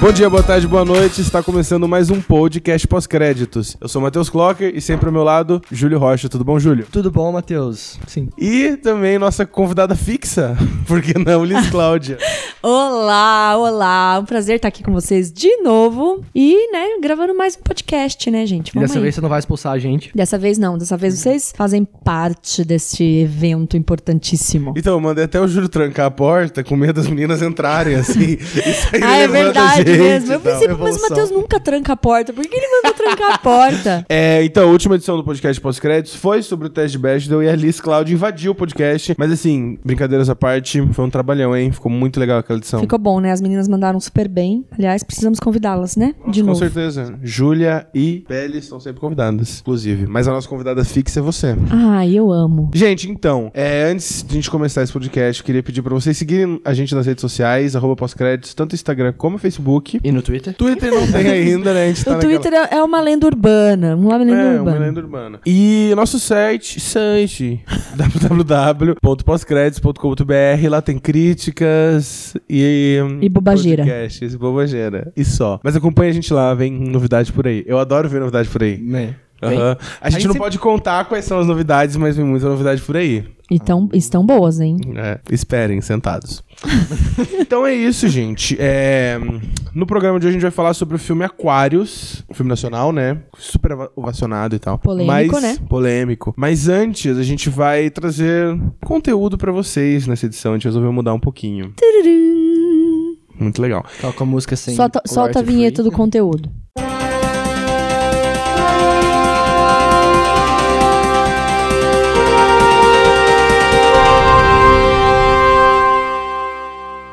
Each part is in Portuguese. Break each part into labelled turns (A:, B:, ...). A: Bom dia, boa tarde, boa noite. Está começando mais um podcast pós-créditos. Eu sou Matheus Clocker e sempre ao meu lado, Júlio Rocha. Tudo bom, Júlio?
B: Tudo bom, Matheus? Sim.
A: E também nossa convidada fixa, porque não, é Liz Cláudia.
C: Olá, olá. Um prazer estar aqui com vocês de novo. E, né, gravando mais um podcast, né, gente?
B: E
C: Vamos
B: dessa
C: aí.
B: vez você não vai expulsar a gente.
C: Dessa vez não, dessa vez vocês fazem parte deste evento importantíssimo.
A: Então, eu mandei até o Júlio trancar a porta com medo das meninas entrarem, assim. e saírem
C: Ah, é
A: levando a
C: verdade
A: gente
C: mesmo.
A: e
C: Eu
A: tal.
C: pensei, mas o
B: evolução.
C: Matheus nunca tranca a porta. Por que ele mandou trancar a porta?
A: É, então, a última edição do podcast pós-créditos foi sobre o teste de Bechdel e a Liz Cláudia invadiu o podcast. Mas assim, brincadeiras à parte, foi um trabalhão, hein? Ficou muito legal aquela edição.
C: Ficou bom, né? As meninas mandaram super bem. Aliás, precisamos convidá-las, né? De
A: Com
C: novo.
A: certeza. Júlia e Pele estão sempre convidadas, inclusive. Mas a nossa convidada fixa é você.
C: Ai, eu amo.
A: Gente, então, é, antes de a gente começar esse podcast, eu queria pedir pra vocês seguirem a gente nas redes sociais, arroba pós-créditos, tanto Instagram como Facebook.
B: E no Twitter?
A: Twitter não tem ainda, né? A gente tá
C: O
A: naquela-
C: Twitter é é uma lenda urbana. Uma lenda
A: é, uma
C: urbana.
A: lenda urbana. E nosso site, site, www.poscreditos.com.br. Lá tem críticas e...
C: E bobageira.
A: Podcasts, e bobageira. E só. Mas acompanha a gente lá, vem novidade por aí. Eu adoro ver novidade por aí.
B: Né. Vem.
A: Aham. A gente
B: Aí
A: não
B: você-
A: pode contar quais são as novidades, mas vem muita novidade por aí.
C: Então, estão boas, hein?
A: É, esperem, sentados. então é isso, gente. É, no programa de hoje a gente vai falar sobre o filme Aquários, um filme nacional, né? Super ova- ovacionado e tal.
C: Polêmico,
A: Mas-
C: né?
A: Polêmico. Mas antes, a gente vai trazer conteúdo pra vocês nessa edição. A gente resolveu mudar um pouquinho.
C: Tudurum.
A: Muito legal.
B: Toca a música sem.
C: Solta, solta a
B: copyright
C: vinheta
B: free.
C: do conteúdo.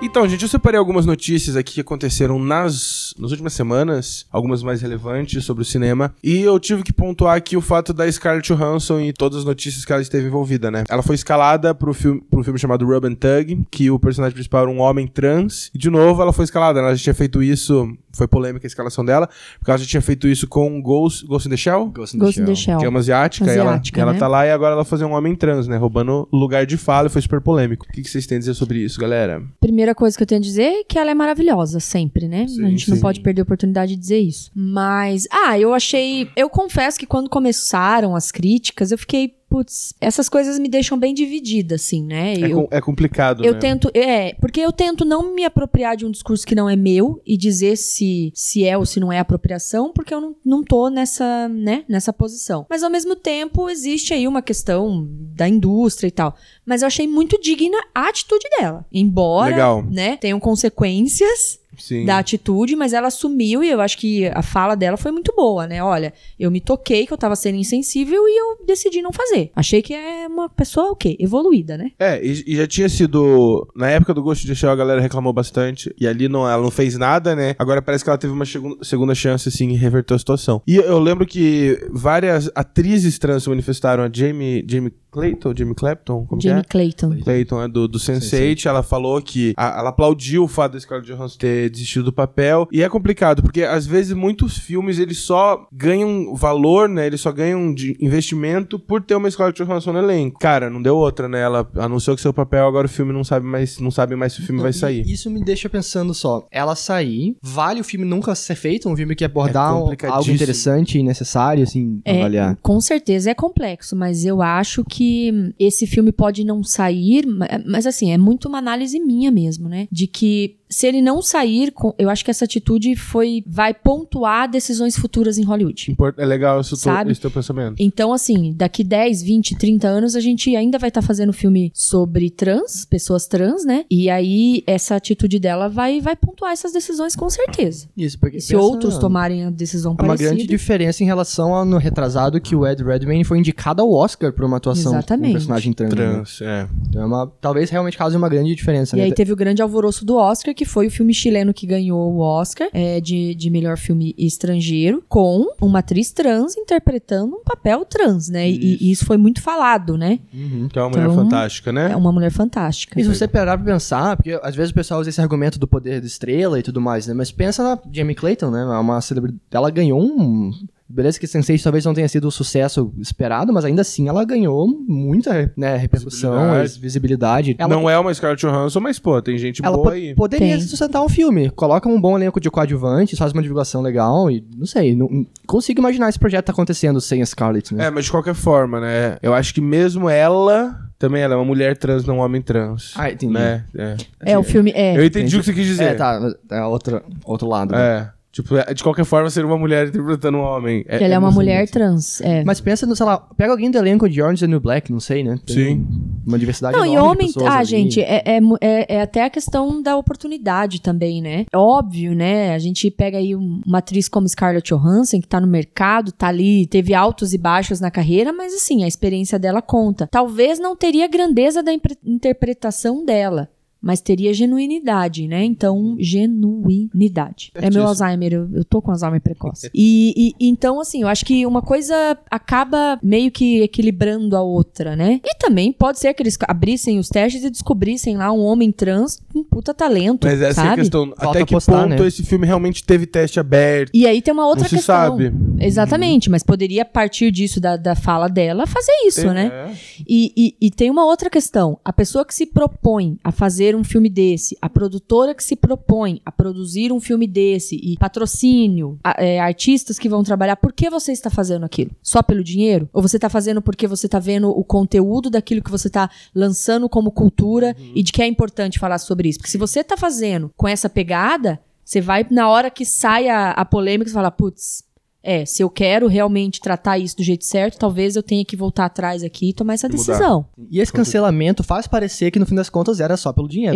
A: Então, gente, eu separei algumas notícias aqui que aconteceram nas, nas últimas semanas, algumas mais relevantes sobre o cinema, e eu tive que pontuar aqui o fato da Scarlett Johansson e todas as notícias que ela esteve envolvida, né? Ela foi escalada pro filme, pro filme chamado Rub and Tug, que o personagem principal era um homem trans, e de novo ela foi escalada, né? ela já tinha feito isso, foi polêmica a escalação dela, porque ela já tinha feito isso com Ghost, Ghost in the Shell?
B: Ghost in the
C: Ghost in
B: Shell.
C: the Shell.
A: Que é uma asiática, e ela-
C: Asiática,
A: e ela,
C: né?
A: tá lá e agora ela vai fazer um homem trans, né? Roubando lugar de fala e foi super polêmico. O que que vocês têm a dizer sobre isso, galera?
C: Primeira coisa que eu tenho a dizer é que ela é maravilhosa, sempre, né?
A: Sim,
C: a gente
A: sim.
C: não pode perder a oportunidade de dizer isso. Mas, ah, eu achei. Eu confesso que quando começaram as críticas, eu fiquei. Putz, essas coisas me deixam bem dividida, assim, né?
A: É,
C: eu,
A: com- é complicado,
C: eu
A: né?
C: tento. É, porque eu tento não me apropriar de um discurso que não é meu e dizer se, se é ou se não é apropriação, porque eu não, não tô nessa, né, nessa posição. Mas ao mesmo tempo, existe aí uma questão da indústria e tal. Mas eu achei muito digna a atitude dela. Embora,
A: Legal.
C: né, tenham consequências
A: Sim.
C: da atitude, mas ela assumiu e eu acho que a fala dela foi muito boa, né? Olha, eu me toquei que eu tava sendo insensível e eu decidi não fazer. Achei que é uma pessoa o quê? Evoluída, né?
A: É, e, e já tinha sido. Na época do Ghost in the Shell, a galera reclamou bastante. E ali não, ela não fez nada, né? Agora parece que ela teve uma segun- segunda chance, assim, e reverteu a situação. E eu, eu lembro que várias atrizes trans se manifestaram. A Jamie. Jamie Clayton? Jamie Clapton? Como
C: Jamie
A: que
C: Clayton.
A: é? Clayton é do, do Sense8, ela falou que a- ela aplaudiu o fato da Scarlett Johansson ter desistido do papel. E é complicado, porque às vezes muitos filmes eles só ganham valor, né? Eles só ganham de investimento por ter uma Scarlett Johansson no elenco. Cara, não deu outra, né? Ela anunciou que seu papel, agora o filme não sabe mais, não sabe mais se o filme
B: Não,
A: vai
B: e
A: sair.
B: Isso me deixa pensando só. Ela sair, vale o filme nunca ser feito? Um filme que abordar um- algo
A: complicadíssimo.
B: interessante e necessário, assim,
C: É,
B: avaliar.
C: com certeza é complexo, mas eu acho que hum, esse filme pode não sair, ma- mas assim, é muito uma análise minha mesmo, né? De que se ele não sair, com- eu acho que essa atitude foi vai pontuar decisões futuras em Hollywood.
A: Import- É legal isso tu-
C: Sabe?
A: esse teu pensamento.
C: Então, assim, daqui 10, 20, 30 anos, a gente ainda vai estar fazendo filme sobre trans, pessoas trans, né? E aí, essa atitude dela vai, vai pontuar essas decisões com certeza.
B: Isso, porque.
C: E se
B: pensa-
C: outros tomarem a decisão
B: É uma
C: parecida.
B: grande diferença em relação ao no retrasado que o Ed Redmayne foi indicado ao Oscar por uma atuação com um
C: Exatamente.
B: personagem trans. né?
A: Trans, é.
B: Então é uma, talvez realmente cause uma grande diferença,
C: E
B: né?
C: aí teve o grande alvoroço do Oscar, que foi o filme chileno que ganhou o Oscar é, de, de melhor filme estrangeiro, com uma atriz trans interpretando um papel trans, né? E, e isso foi muito falado, né?
B: Uhum.
A: Que é uma mulher
C: Então,
A: fantástica, né?
C: É uma mulher fantástica.
B: E se você parar pra pensar, porque às vezes o pessoal usa esse argumento do É poder da estrela e tudo mais, né? Mas pensa na Jamie Clayton, né? Uma celebridade. Ela ganhou um. Beleza que Sense8 talvez não tenha sido o sucesso esperado, mas ainda assim ela ganhou muita né, repercussão,
A: Visibilidade.
B: visibilidade. visibilidade. Ela,
A: Não é uma Scarlett Johansson, mas, pô, tem gente
B: ela
A: boa
B: po-
A: aí.
B: poderia
C: Tem.
B: sustentar um filme. Coloca um bom elenco de coadjuvantes, faz uma divulgação legal e não sei. Não, não consigo imaginar esse projeto acontecendo sem a Scarlett, né?
A: É, mas de qualquer forma, né? Eu acho que mesmo ela. Também ela é uma mulher trans, não um homem trans.
B: Ah, entendi.
A: Né? É.
C: É, o filme. É.
A: Eu entendi
B: entendi.
A: o que você quis dizer.
B: É, tá, mas é outra, outro lado. né?
A: É. Tipo, é- de qualquer forma, ser uma mulher interpretando um homem.
C: que ela é, uma
A: muito
C: mulher
A: bonito.
C: trans. É.
B: Mas pensa no, sei lá, pega alguém do elenco de Orange is the New Black, não sei, né? Tem
A: Sim.
B: Uma diversidade
C: Não,
B: enorme
C: e
B: de
C: homem.
B: pessoas
C: Ah,
B: ali.
C: gente, é, é mu- é- é até a questão da oportunidade também, né? É óbvio, né? A gente pega aí um- uma atriz como Scarlett Johansson, que tá no mercado, tá ali, teve altos e baixos na carreira, mas assim, a experiência dela conta. Talvez não teria a grandeza da impre- interpretação dela. Mas teria genuinidade, né? Então, genuinidade. É meu
A: Certíssimo.
C: Alzheimer, eu, eu tô com Alzheimer precoce. E, e- então, assim, eu acho que uma coisa acaba meio que equilibrando a outra, né? E também pode ser que eles abrissem os testes e descobrissem lá um homem trans com um puta talento,
A: Mas essa é a
C: sabe?
A: questão. Até que
B: apostar,
A: ponto
B: né?
A: esse filme realmente teve teste aberto?
C: E aí tem uma outra
A: não se
C: questão.
A: sabe.
C: Exatamente, mas poderia, a partir disso, da, da fala dela, fazer isso,
A: Tem-
C: né?
A: é.
C: E, e- e tem uma outra questão. A pessoa que se propõe a fazer um filme desse, a produtora que se propõe a produzir um filme desse, e patrocínio, a- é, artistas que vão trabalhar, por que você está fazendo aquilo? Só pelo dinheiro? Ou você está fazendo porque você está vendo o conteúdo daquilo que você está lançando como cultura e de que é importante falar sobre isso? Porque se você está fazendo com essa pegada, você vai, na hora que sai a, a polêmica, você fala, putz, é, se eu quero realmente tratar isso do jeito certo, talvez eu tenha que voltar atrás aqui e tomar essa
A: E mudar.
C: decisão.
B: E esse cancelamento faz parecer que no fim das contas era só pelo dinheiro.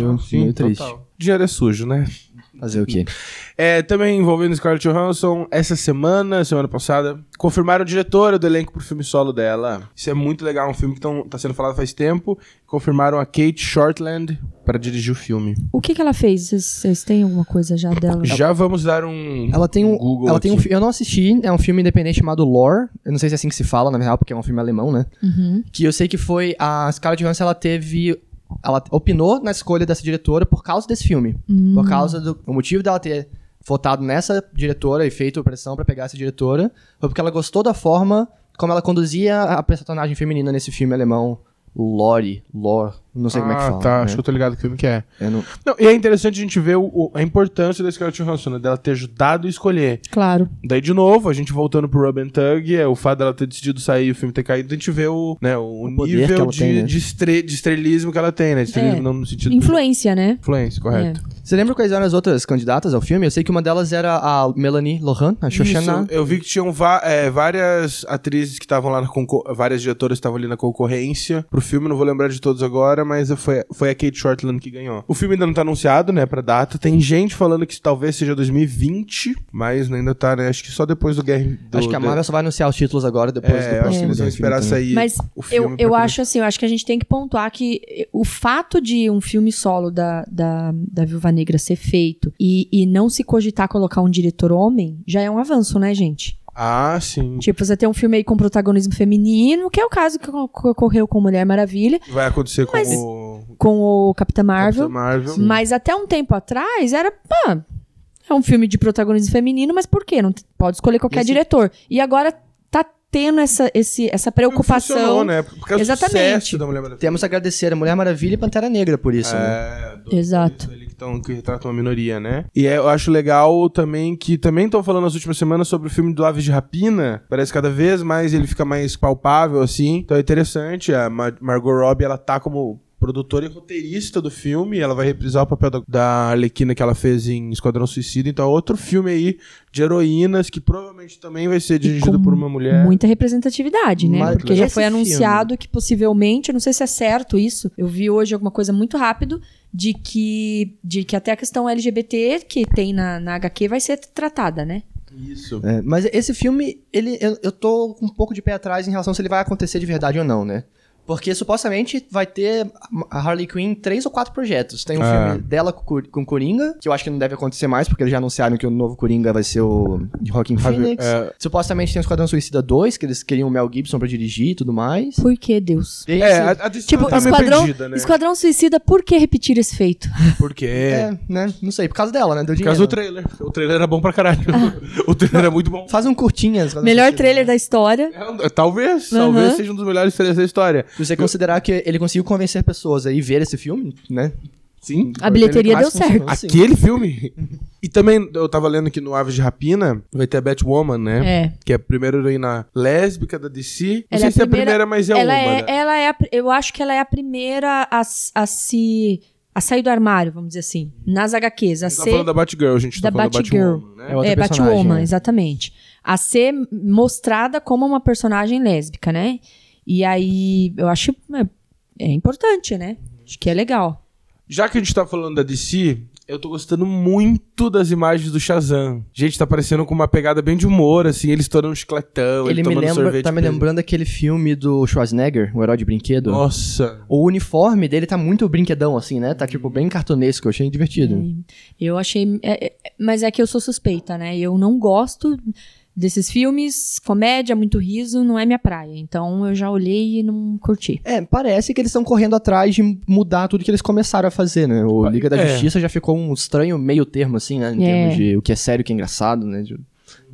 B: Né? É meio,
A: Sim,
B: meio triste.
A: total. Dinheiro é sujo, né?
B: Fazer o
C: Uhum.
B: quê?
A: É, também envolvendo Scarlett Johansson, essa semana, semana passada, confirmaram a diretora do elenco pro filme solo dela. Isso é muito legal, é um filme que tão, tá sendo falado faz tempo. Confirmaram a Kate Shortland pra dirigir o filme.
C: O que, que ela fez? Vocês- Vocês têm alguma coisa já dela?
A: Já vamos dar um.
B: Ela tem um.
A: Google
B: ela tem um
A: aqui.
B: fi- eu não assisti, é um filme independente chamado Lore. Eu não sei se é assim que se fala, na real, porque é um filme alemão, né?
C: Uhum.
B: Que eu sei que foi. A Scarlett Johansson, ela teve. Ela opinou na escolha dessa diretora por causa desse filme. Por causa do. O motivo dela ter votado nessa diretora e feito pressão pra pegar essa diretora foi porque ela gostou da forma como ela conduzia a personagem feminina nesse filme alemão. Lore. Lore. Não sei como é que
A: Ah,
B: fala.
A: tá,
B: né?
A: acho que eu tô ligado que filme que é.
B: Eu não-
A: Não, e é interessante a gente ver o- o- a importância da Scarlett Johansson, né, dela ter ajudado a escolher.
C: Claro.
A: Daí, de novo, a gente voltando pro Robin Tug, é, o fato dela ter decidido sair e o filme ter caído, a gente vê o, né, o,
B: poder que
A: nível
B: ela
A: de,
B: tem, né?
A: de estre- de estrelismo que ela tem, né? Estrelismo
C: É.
A: não no sentido...
C: Influência, né?
A: Influência, correto.
B: Você lembra quais eram as outras candidatas ao filme? Eu sei que uma delas era a Melanie Lohan, a Shoshana.
A: Isso, eu vi que tinham va- é, várias atrizes que estavam lá na concor- várias diretoras que estavam ali na concorrência pro filme, não vou lembrar de todos agora, mas foi, foi a Kate Shortland que ganhou. O filme ainda não tá anunciado, né, pra data. Tem gente falando que talvez seja 2020, mas ainda tá, né? Acho que só depois do Guerra do,
B: Acho que a
A: do-
B: Marvel só vai anunciar os títulos agora, depois
A: É, eu
B: do
A: acho que
B: próximo
A: eles vão
B: filme
A: esperar
B: também.
A: sair
C: Mas
A: o filme.
C: Eu,
A: pra
C: eu
A: poder-
C: acho assim, eu acho que a gente tem que pontuar que eh, o fato de um filme solo da, da, da Viúva Negra ser feito e, e não se cogitar colocar um diretor homem já é um avanço, né, gente?
A: Ah, sim.
C: Tipo, você tem um filme aí com protagonismo feminino, que é o caso que co- co- ocorreu com Mulher Maravilha,
A: Vai acontecer com
C: Mas-
A: o
C: com o Capitã
A: Capitão
C: Marvel.
A: Marvel.
C: Mas até um tempo atrás era, pá, é um filme de protagonismo feminino, mas por quê? Não t- pode escolher qualquer
B: Esse-
C: diretor. E agora tá tendo essa, esse, essa preocupação.
A: Funcionou, né? Porque é o
C: Exatamente.
A: sucesso da Mulher Maravilha.
B: Temos a agradecer a Mulher Maravilha e Pantera Negra por isso, né?
A: É, dois
C: Exato.
A: dois Ali que, tão, que retratam uma minoria, né? E é, eu acho legal também que também estão falando nas últimas semanas sobre o filme do Aves de Rapina. Parece que cada vez mais ele fica mais palpável, assim. Então é interessante. A Ma- Margot Robbie, ela tá como produtora e roteirista do filme. Ela vai reprisar o papel da, da Arlequina que ela fez em Esquadrão Suicida. Então é outro filme aí de heroínas que provavelmente também vai ser dirigido
C: com
A: por uma mulher.
C: Muita representatividade, né?
B: Mas
C: Porque já
B: esse
C: foi
B: filme-
C: anunciado que possivelmente, eu não sei se é certo isso, eu vi hoje alguma coisa muito rápido de que, de que até a questão LGBT que tem na, na HQ vai ser tratada, né?
A: Isso.
B: É, mas esse filme, ele, eu, eu tô com um pouco de pé atrás em relação se ele vai acontecer de verdade ou não, né? Porque supostamente vai ter a Harley Quinn em três ou quatro projetos. Tem um
A: É.
B: filme dela com Cor- com Coringa, que eu acho que não deve acontecer mais, porque eles já anunciaram que o novo Coringa vai ser o de Joaquin Phoenix.
A: é.
B: Supostamente tem o Esquadrão Suicida 2, que eles queriam o Mel Gibson pra dirigir e tudo mais.
C: Por que, Deus?
B: Esse-
A: É, a, a decisão
C: Tipo,
A: tá meio
C: esquadrão,
A: perdida, né?
C: esquadrão Suicida, por que repetir esse feito?
A: Porque...
B: é, né? Não sei, por causa dela, né? Deu
A: Por
B: dinheiro.
A: causa do trailer. O trailer era bom pra caralho. o trailer era muito bom.
B: Faz um curtinha.
A: tá
B: Esquadrão
C: Melhor
B: Suicida.
C: trailer da história.
A: É um- Talvez,
C: Aham.
A: talvez seja um dos melhores trailers da história.
B: Se você considerar que ele conseguiu convencer pessoas aí ver esse filme, né?
A: Sim.
C: A bilheteria deu
B: Mas
C: certo.
B: funcionou. Assim.
A: Aquele filme. E também, eu tava lendo que no Aves de Rapina vai ter a Batwoman, né?
C: É.
A: Que é a primeira heroína lésbica da DC. Não
C: Ela
A: sei
C: é a
A: se é a
C: primeira-
A: primeira, mas é
C: ela
A: uma.
C: é,
A: né?
C: ela é a pri- eu acho que ela é a primeira a, s- a se a sair do armário, vamos dizer assim, nas HQs, a
A: A gente tá
C: ser
A: falando da Batgirl, a gente tá
C: da
A: falando da
C: Batgirl.
A: Batwoman, né?
B: É outra
C: é,
B: personagem,
C: Batwoman,
B: é.
C: exatamente. A ser mostrada como uma personagem lésbica, né? E aí, eu acho é, é importante, né? Acho que é legal.
A: Já que a gente tá falando da DC, eu tô gostando muito das imagens do Shazam. Gente, tá parecendo com uma pegada bem de humor, assim, ele estourando um chicletão, ele,
B: Ele me
A: tomando
B: lembra,
A: sorvete.
B: tá me
A: preso.
B: lembrando aquele filme do Schwarzenegger, o herói de brinquedo.
A: Nossa.
B: O uniforme dele tá muito brinquedão, assim, né? Tá, tipo, bem cartunesco. Eu achei divertido.
C: Eu achei. é, é, mas é que eu sou suspeita, né? Eu não gosto desses filmes, comédia, muito riso, não é minha praia. Então eu já olhei e não curti.
B: É, parece que eles estão correndo atrás de mudar tudo que eles começaram a fazer, né? O Liga da
A: É.
B: Justiça já ficou um estranho meio termo, assim, né? Em
C: É.
B: termos de o que é sério e o que é engraçado, né? De-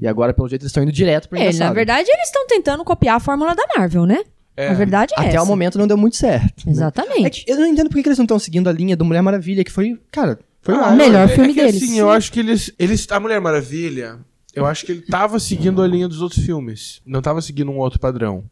B: E agora, pelo jeito, eles estão indo direto pro
C: É,
B: engraçado.
C: na verdade, eles estão tentando copiar a fórmula da Marvel, né?
A: É.
C: A verdade é
B: Até
C: essa.
B: o momento não deu muito certo. né? É
C: Exatamente.
B: que eu não entendo por que que eles não estão seguindo a linha do Mulher Maravilha, que foi, cara, foi
A: Ah,
B: lá.
C: o melhor
A: é
C: filme
A: que,
C: deles.
A: Assim, eu acho que eles, eles. A Mulher Maravilha, eu acho que ele tava seguindo a linha dos outros filmes. Não tava seguindo um outro padrão.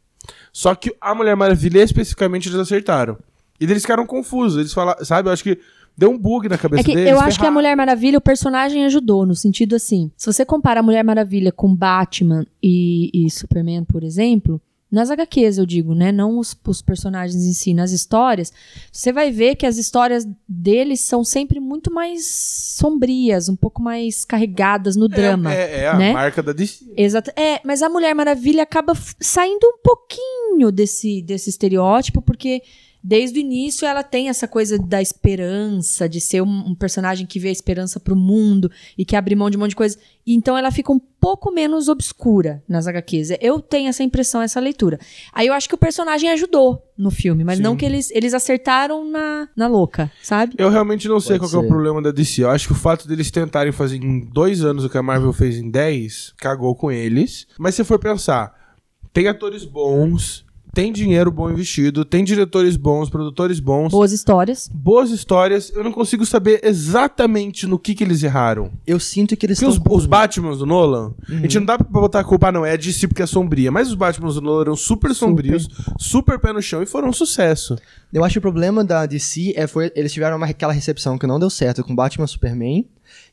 A: Só que a Mulher Maravilha, especificamente, eles acertaram. E eles ficaram confusos. Eles falaram, sabe, eu acho que deu um bug na cabeça
C: É que
A: deles.
C: eu acho que a
A: ferraram.
C: Mulher Maravilha, o personagem ajudou, no sentido assim, se você compara a Mulher Maravilha com Batman e, e Superman, por exemplo, nas HQs eu digo, né, não os, os personagens em si, nas histórias, você vai ver que as histórias deles são sempre muito mais sombrias, um pouco mais carregadas no drama.
A: É, é, é a
C: né?
A: marca da DC.
C: Exato. É, mas a Mulher Maravilha acaba f- saindo um pouquinho desse, desse estereótipo, porque desde o início ela tem essa coisa da esperança, de ser um, um personagem que vê a esperança pro mundo e que abre mão de um monte de coisa. E Então ela fica um pouco menos obscura nas HQs. Eu tenho essa impressão, essa leitura. Aí eu acho que o personagem ajudou no filme, mas
A: Sim.
C: não que eles, eles acertaram na, na louca, sabe?
A: Eu realmente não sei qual
B: Pode
A: que é o
B: ser.
A: problema da DC. Eu acho que o fato deles tentarem fazer em dois anos o que a Marvel fez em 10, cagou com eles. Mas se for pensar, tem atores bons, tem dinheiro bom investido, tem diretores bons, produtores bons,
C: Boas histórias.
A: boas histórias. Eu não consigo saber exatamente no que, que eles erraram.
B: Eu sinto que eles
A: Porque
B: estão. Uhum.
A: os, os Batmans do Nolan, a gente não dá pra botar a culpa, ah, não, é a DC porque é sombria. Mas os Batmans do Nolan eram super sombrios, super pé no chão e foram um sucesso.
B: Eu acho que o problema da DC é foi eles tiveram uma, aquela recepção que não deu certo com Batman Superman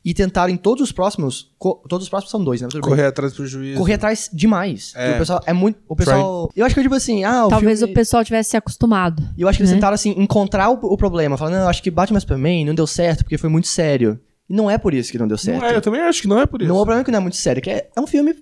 B: e tentaram em todos os próximos. co- todos os próximos são dois, né? Tudo bem.
A: Correr atrás do prejuízo.
B: Correr atrás demais.
A: É.
B: E O pessoal é muito. O pessoal. Eu acho que é tipo assim, ah, o
C: Talvez
B: filme-
C: o pessoal tivesse se acostumado.
B: E eu acho que eles
C: né?
B: tentaram, assim, encontrar o, o problema. Falando, não, eu acho que Batman Superman não deu certo porque foi muito sério. E não é por isso que não deu certo.
A: Não é, eu também acho que não é por isso.
B: Não, o problema é que não é muito sério, que é, é um filme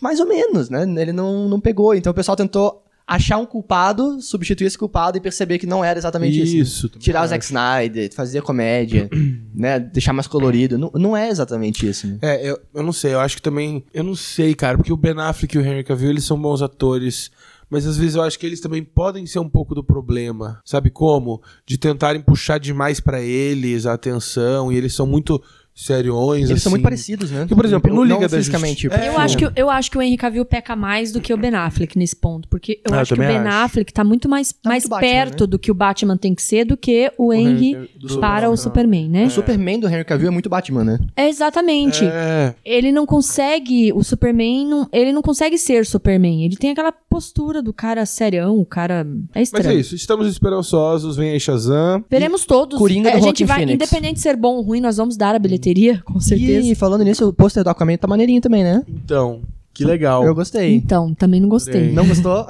B: mais ou menos, né? Ele não, não pegou. Então o pessoal tentou achar um culpado, substituir esse culpado e perceber que não era exatamente isso. né?
A: Isso. também é.
B: Tirar o
A: acho.
B: Zack Snyder, fazer comédia, né? Deixar mais colorido. Não, não é exatamente isso, né?
A: É, eu, eu não sei, eu acho que também. Eu não sei, cara, porque o Ben Affleck e o Henry Cavill, eles são bons atores. Mas às vezes eu acho que eles também podem ser um pouco do problema. Sabe como? De tentarem puxar demais pra eles a atenção e eles são muito seriões.
B: Eles
A: assim.
B: são muito parecidos, né?
A: Porque, por exemplo, no
B: Não
A: Liga da
B: fisicamente,
A: Justiça- É.
B: porque
C: Eu acho, que, eu acho que o Henry Cavill peca mais do que o Ben Affleck nesse ponto. Porque eu
A: Ah, eu
C: acho que o
A: também
C: Ben
A: acho.
C: Affleck tá muito mais, mais
B: muito Batman, né?
C: perto do que o Batman tem que ser do que o, Henry
A: Henry do
C: para o Superman, né?
B: O Superman do Henry Cavill é muito Batman, né?
C: É, exatamente.
A: É,
C: Ele não consegue. O Superman não. Ele não consegue ser Superman. Ele tem aquela postura do cara serião, o cara. É
A: mas
C: estranho.
A: é isso, estamos esperançosos, vem aí Shazam.
C: Veremos todos.
B: Coringa
C: É,
B: do
C: a gente
B: Joaquin
C: vai,
B: Phoenix.
C: independente de ser bom ou ruim, nós vamos dar a bilheteria, com certeza.
B: E falando nisso, o pôster do Aquaman tá maneirinho também, né?
A: Então, que legal.
B: Eu gostei.
C: Então, também não gostei.
B: Não gostou?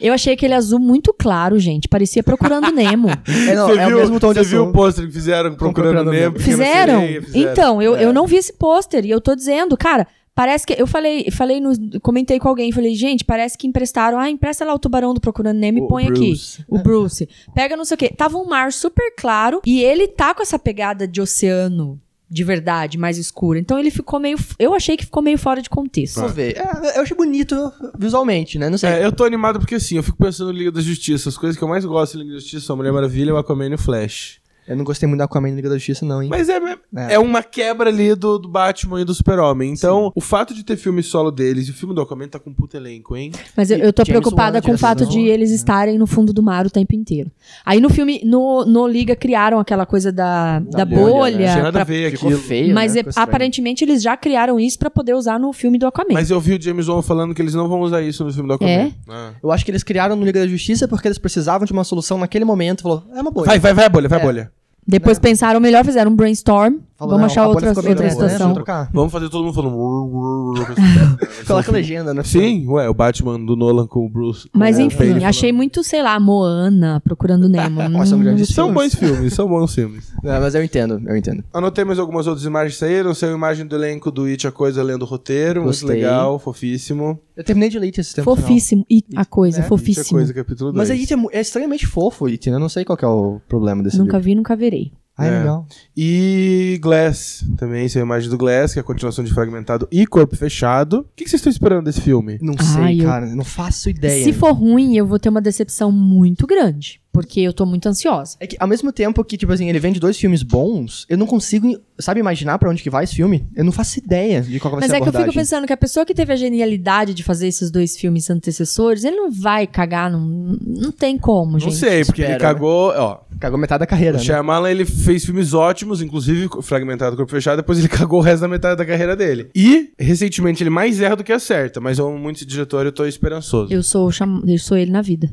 C: Eu achei aquele azul muito claro, gente. Parecia procurando Nemo.
B: É, não,
A: Você
B: é
A: viu,
B: o mesmo tom de
A: Você viu
B: azul.
A: o pôster que fizeram procurando,
B: Procurando
A: Nemo?
B: Nemo.
A: Pequena
C: Fizeram?
A: Sereia, fizeram.
C: Então, eu, eu não vi esse pôster e eu tô dizendo, cara, Parece que. Eu falei, falei no- comentei com alguém, falei, gente, parece que emprestaram. Ah, empresta lá o tubarão do Procurando Nemo
A: O-
C: e
A: o
C: põe aqui.
B: Bruce.
C: O Bruce. Pega não sei o quê. Tava um mar super claro e ele tá com essa pegada de oceano de verdade, mais escura. Então ele ficou meio. Eu achei que ficou meio fora de contexto.
B: Vou ver. É, eu achei bonito visualmente, né? Não sei.
A: É, eu tô animado porque assim, eu fico pensando em Liga da Justiça. As coisas que eu mais gosto em Liga da Justiça são a Mulher Maravilha, o Aquaman e o Flash.
B: Eu não gostei muito da Aquaman e da Liga da Justiça, não, hein?
A: Mas é, é.
B: É.
A: uma quebra ali do, do Batman e do Super-Homem. Então, o fato de ter filme solo deles e o filme do Aquaman tá com um puto elenco, hein?
C: Mas eu,
B: E
C: eu tô
B: James
C: preocupada
B: Wan,
C: com o
B: direção,
C: fato de eles estarem no fundo do mar o tempo inteiro. Aí no filme, no, no Liga, criaram aquela coisa da, da,
B: bolha,
C: bolha.
A: Não tinha nada
C: É, pra-
A: a ver
B: Ficou
A: aquilo.
B: feio,
C: mas
B: né?
C: é-
B: Ficou estranho.
C: aparentemente eles já criaram isso pra poder usar no filme do Aquaman.
A: Mas eu vi o James Wan falando que eles não vão usar isso no filme do Aquaman.
C: É?
A: Ah.
B: Eu acho que eles criaram no Liga da Justiça porque eles precisavam de uma solução naquele momento. Falou, é uma boa.
A: Vai, vai, vai a bolha, vai a
B: É.
A: bolha.
C: Depois pensaram melhor, fizeram um brainstorm.
B: Falou,
C: vamos
B: não, a
C: achar
B: bolha
C: outra,
B: ficou bem
C: outra
B: boa, né?
C: situação.
B: Vamos trocar.
A: Vamos fazer todo mundo falando.
B: Coloca a legenda, né?
A: Sim, ué, o Batman do Nolan com o Bruce. com
C: Mas
A: o Bane
C: enfim,
A: falando.
C: achei muito, sei lá, Moana, procurando Nemo.
B: Tá. Nossa, são
C: Hum,
B: grandes
A: São
B: filmes.
A: bons filmes, são bons filmes.
B: Não, né? É, mas eu entendo, eu entendo.
A: Anotei mais algumas outras imagens que saíram. Saiu a imagem do elenco do It, a coisa lendo o roteiro. Muito
B: Gostei.
A: legal, fofíssimo.
B: Eu terminei de Elite esse tempo. no final.
C: fofíssimo. E a coisa,
B: É,
A: It, a
C: fofíssimo.
A: coisa, capítulo 2.
B: Mas Elite é, mu- é estranhamente fofo, Elite, né? Eu não sei qual que é o problema desse
C: Nunca
B: livro.
C: vi, nunca verei.
B: Ah,
A: É.
B: é legal.
A: E Glass também, saiu a imagem do Glass, que é a continuação de Fragmentado e Corpo Fechado. O que que vocês estão esperando desse filme?
B: Não
C: Ai,
B: sei,
C: eu-
B: cara. Não faço ideia.
C: Se for ruim, eu vou ter uma decepção muito grande. Porque eu tô muito ansiosa.
B: É que ao mesmo tempo que, tipo assim, ele vende dois filmes bons, eu não consigo, sabe, imaginar pra onde que vai esse filme? Eu não faço ideia de qual que vai
C: Mas
B: ser a
C: é que eu
B: abordagem.
C: fico pensando que a pessoa que teve a genialidade de fazer esses dois filmes antecessores, ele não vai cagar, não, não tem como,
A: Não
C: gente.
A: sei, porque ele
B: espera, né?
A: cagou, ó.
B: Cagou metade da carreira,
A: O
B: né?
A: Shyamalan, ele fez filmes ótimos, inclusive Fragmentado Corpo Fechado, depois ele cagou o resto da metade da carreira dele. E, recentemente, ele mais erra do que acerta, mas eu amo muito esse diretor e eu tô esperançoso.
C: Eu sou, o cham- eu sou ele na vida.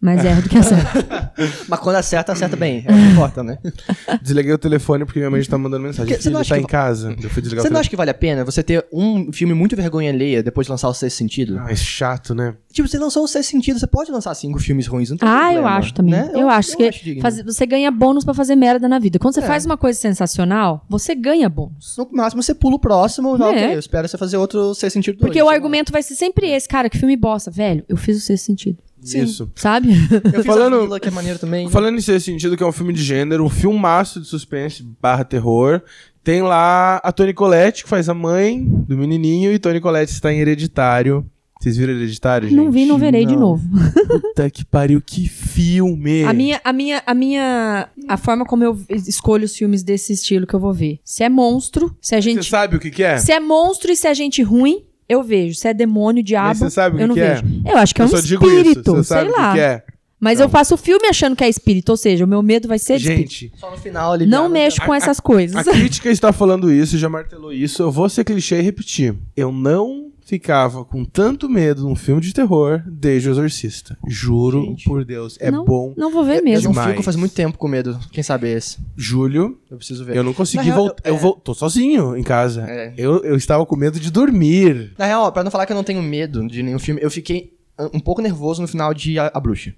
C: Mas erro do que acerto.
B: Mas quando acerta, acerta bem. É o que importa, né?
A: Desliguei o telefone porque minha mãe já tá mandando mensagem.
B: Porque você não
A: Filho, tá
B: acha que-
A: em casa. Eu fui desligar
B: Você
A: o telefone.
B: não acha que vale a pena você ter um filme muito vergonha alheia depois de lançar o Sexto Sentido?
A: Ah, é chato, né?
B: Tipo, você lançou o Sexto Sentido, você pode lançar cinco filmes ruins, não tem
C: ah, eu
B: problema,
C: acho também.
B: né?
C: Eu, acho que
B: digno.
C: fazer- você ganha bônus pra fazer merda na vida. Quando você
B: É.
C: faz uma coisa sensacional, você ganha bônus.
B: No máximo você pula o próximo e fala,
C: É.
B: ok, eu espero você fazer outro Sexto Sentido 2.
C: Porque o argumento vai ser sempre esse, cara, que filme bosta, velho. Eu fiz o sexto sentido.
B: Sim.
A: Isso.
C: Sabe?
B: Eu fiz
A: Falando-
B: a Vila, que é maneiro também.
A: Falando nesse sentido, que é um filme de gênero, um filmaço de suspense barra terror. Tem lá a Toni Collette, que faz a mãe do menininho, e Toni Collette está em Hereditário. Vocês viram Hereditário, gente?
C: não vi, não verei de
B: não.
C: novo.
A: Puta que pariu, que filme!
C: A minha, a minha, a minha, a forma como eu escolho os filmes desse estilo que eu vou ver. Se é monstro, se é
A: Você
C: gente,
A: sabe o que que é?
C: se é monstro e se é gente ruim, eu vejo. Se é demônio,
A: Mas
C: diabo,
A: você sabe o
C: eu
A: que
C: não
A: que é?
C: vejo. Eu acho que é
A: eu
C: um
A: só digo isso,
C: espírito,
A: você
C: sei
A: sabe o
C: lá.
A: que que é.
C: Mas eu faço filme achando que é espírito, ou seja, o meu medo vai ser é de espírito.
A: Gente,
B: Só no final ali.
C: Não mexo com
A: a-
C: essas coisas.
A: a crítica está falando isso, já martelou isso. Eu vou ser clichê e repetir. Eu não ficava com tanto medo num filme de terror desde O Exorcista. Juro
B: Gente.
A: por Deus, é bom.
C: Não vou ver
B: Eu
C: mesmo.
B: não
A: Demais. né?
B: fico faz muito tempo com medo. Quem sabe é esse?
A: Júlio,
B: Eu preciso ver.
A: eu não consegui
B: Na real,
A: voltar. Eu,
B: eu- é.
A: vou, tô sozinho em casa.
B: É.
A: Eu, eu estava com medo de dormir.
B: Na real, pra não falar que eu não tenho medo de nenhum filme, eu fiquei ah, um pouco nervoso no final de A, a Bruxa.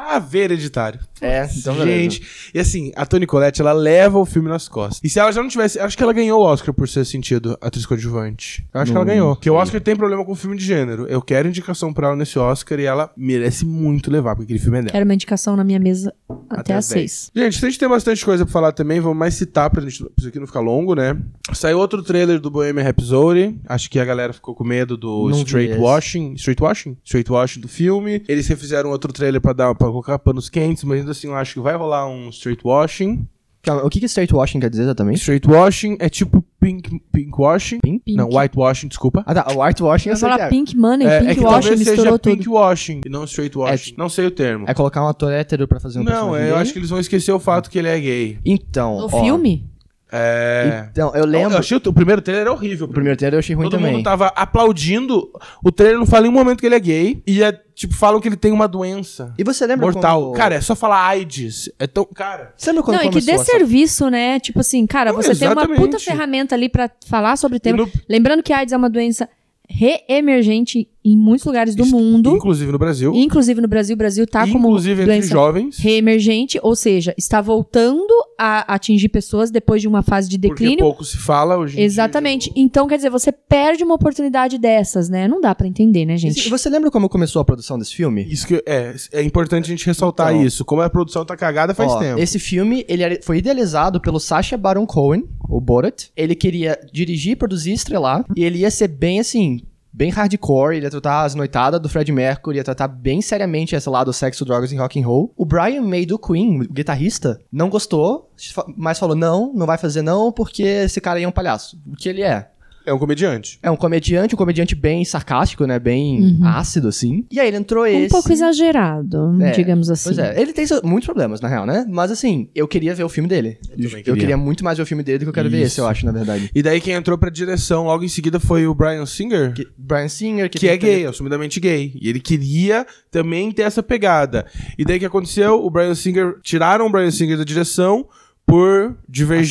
A: Ah, ver hereditário.
B: É, então beleza.
A: Gente, e assim, a Toni Collette, ela leva o filme nas costas. E se ela já não tivesse... Acho que ela ganhou o Oscar por ser sentido, atriz coadjuvante. Eu acho que ela
B: Não
A: ganhou. Porque o Oscar tem problema com filme de gênero. Eu quero indicação pra ela nesse Oscar e ela merece muito levar, porque aquele filme é dela.
C: Era uma indicação na minha mesa até,
A: Até
C: às
A: às dez.
C: seis.
A: Gente, se a gente tem bastante coisa pra falar também, vamos mais citar pra, gente, pra isso aqui não ficar longo, né? Saiu outro trailer do Bohemian Rhapsody. Acho que a galera ficou com medo do
B: Não vi
A: straight
B: esse.
A: washing. Straight washing? Straight washing do filme. Eles refizeram outro trailer pra, dar, pra colocar panos quentes, mas ainda assim eu acho que vai rolar um straight washing.
B: Calma, o que que straight washing quer dizer exatamente?
A: Straight washing é tipo pink, pink washing.
B: Pink?
C: Pink.
A: Não, white washing, desculpa.
B: Ah tá, o art washing eu
C: Eu
B: sei que
C: falar
B: é.
C: Pink Money,
A: é, é
C: Pink
A: que
C: Wash,
A: talvez seja
C: misturou tudo.
A: pink washing e não straight washing. não sei o termo.
B: É colocar um ator hétero pra fazer um
A: não,
B: personagem
A: é, eu
B: gay?
A: acho que eles vão esquecer o fato que ele é gay.
B: Então,
C: No
B: ó,
C: filme?
A: É.
B: Então, eu
A: Eu-
B: lembro...
A: Eu achei o, t- o primeiro trailer era horrível.
B: O primeiro trailer eu achei ruim
A: Todo
B: também.
A: mundo tá tava aplaudindo. O trailer não fala em um momento que ele é gay. E é, tipo, falam que ele tem uma doença
B: E você lembra
A: mortal.
B: quando...
A: Cara, é só falar AIDS. É tão. Cara.
B: Você lembra quando
C: não, e que
B: começou essa-
C: desserviço, né? Tipo assim, cara,
A: Não,
C: você tem uma puta
A: exatamente.
C: ferramenta ali pra falar sobre o
A: e
C: tema.
A: no-
C: Lembrando que a AIDS é uma doença reemergente em muitos lugares do
A: Isso-
C: mundo.
A: Inclusive no Brasil.
C: Inclusive no Brasil. O Brasil tá como
A: inclusive entre
C: doença
A: jovens.
C: reemergente, ou seja, está voltando a atingir pessoas depois de uma fase de
A: Porque é
C: declínio.
A: pouco se fala hoje em
C: Exatamente. Então, quer dizer, você perde uma oportunidade dessas, né? Não dá pra entender, né, gente?
B: E Você lembra como começou a produção desse filme?
A: dia. Isso que é, é importante a gente ressaltar
B: Então.
A: isso. Como a produção tá cagada faz
B: Ó,
A: tempo.
B: Esse filme ele era- foi idealizado pelo Sacha Baron Cohen, o Borat. Ele queria dirigir, produzir, e estrelar. E ele ia ser bem assim. Bem hardcore, ele ia tratar as noitadas do Fred Mercury, ia tratar bem seriamente esse lado sexo, drogas e rock and roll. O Brian May do Queen, o guitarrista, não gostou, fa- mas falou: não, não vai fazer não, porque esse cara aí é um palhaço. O que ele é?
A: É um comediante.
B: É um comediante, um comediante bem sarcástico, né? Bem ácido, assim. E aí ele entrou
C: Uhum. um
B: esse.
C: pouco exagerado,
B: É,
C: digamos assim.
B: Pois é, ele tem so- muitos problemas, na real, né? Mas assim, eu queria ver o filme dele. Eu,
A: também
B: eu
A: queria.
B: queria muito mais ver o filme dele do que eu quero ver
A: Isso.
B: esse, eu acho, na verdade.
A: E daí quem entrou pra direção logo em seguida foi o Brian Singer.
B: Que- Brian Singer, que,
A: que é
B: tem-
A: gay, assumidamente gay. E ele queria também ter essa pegada. E daí o que aconteceu? O Brian Singer. Tiraram o Brian Singer da direção por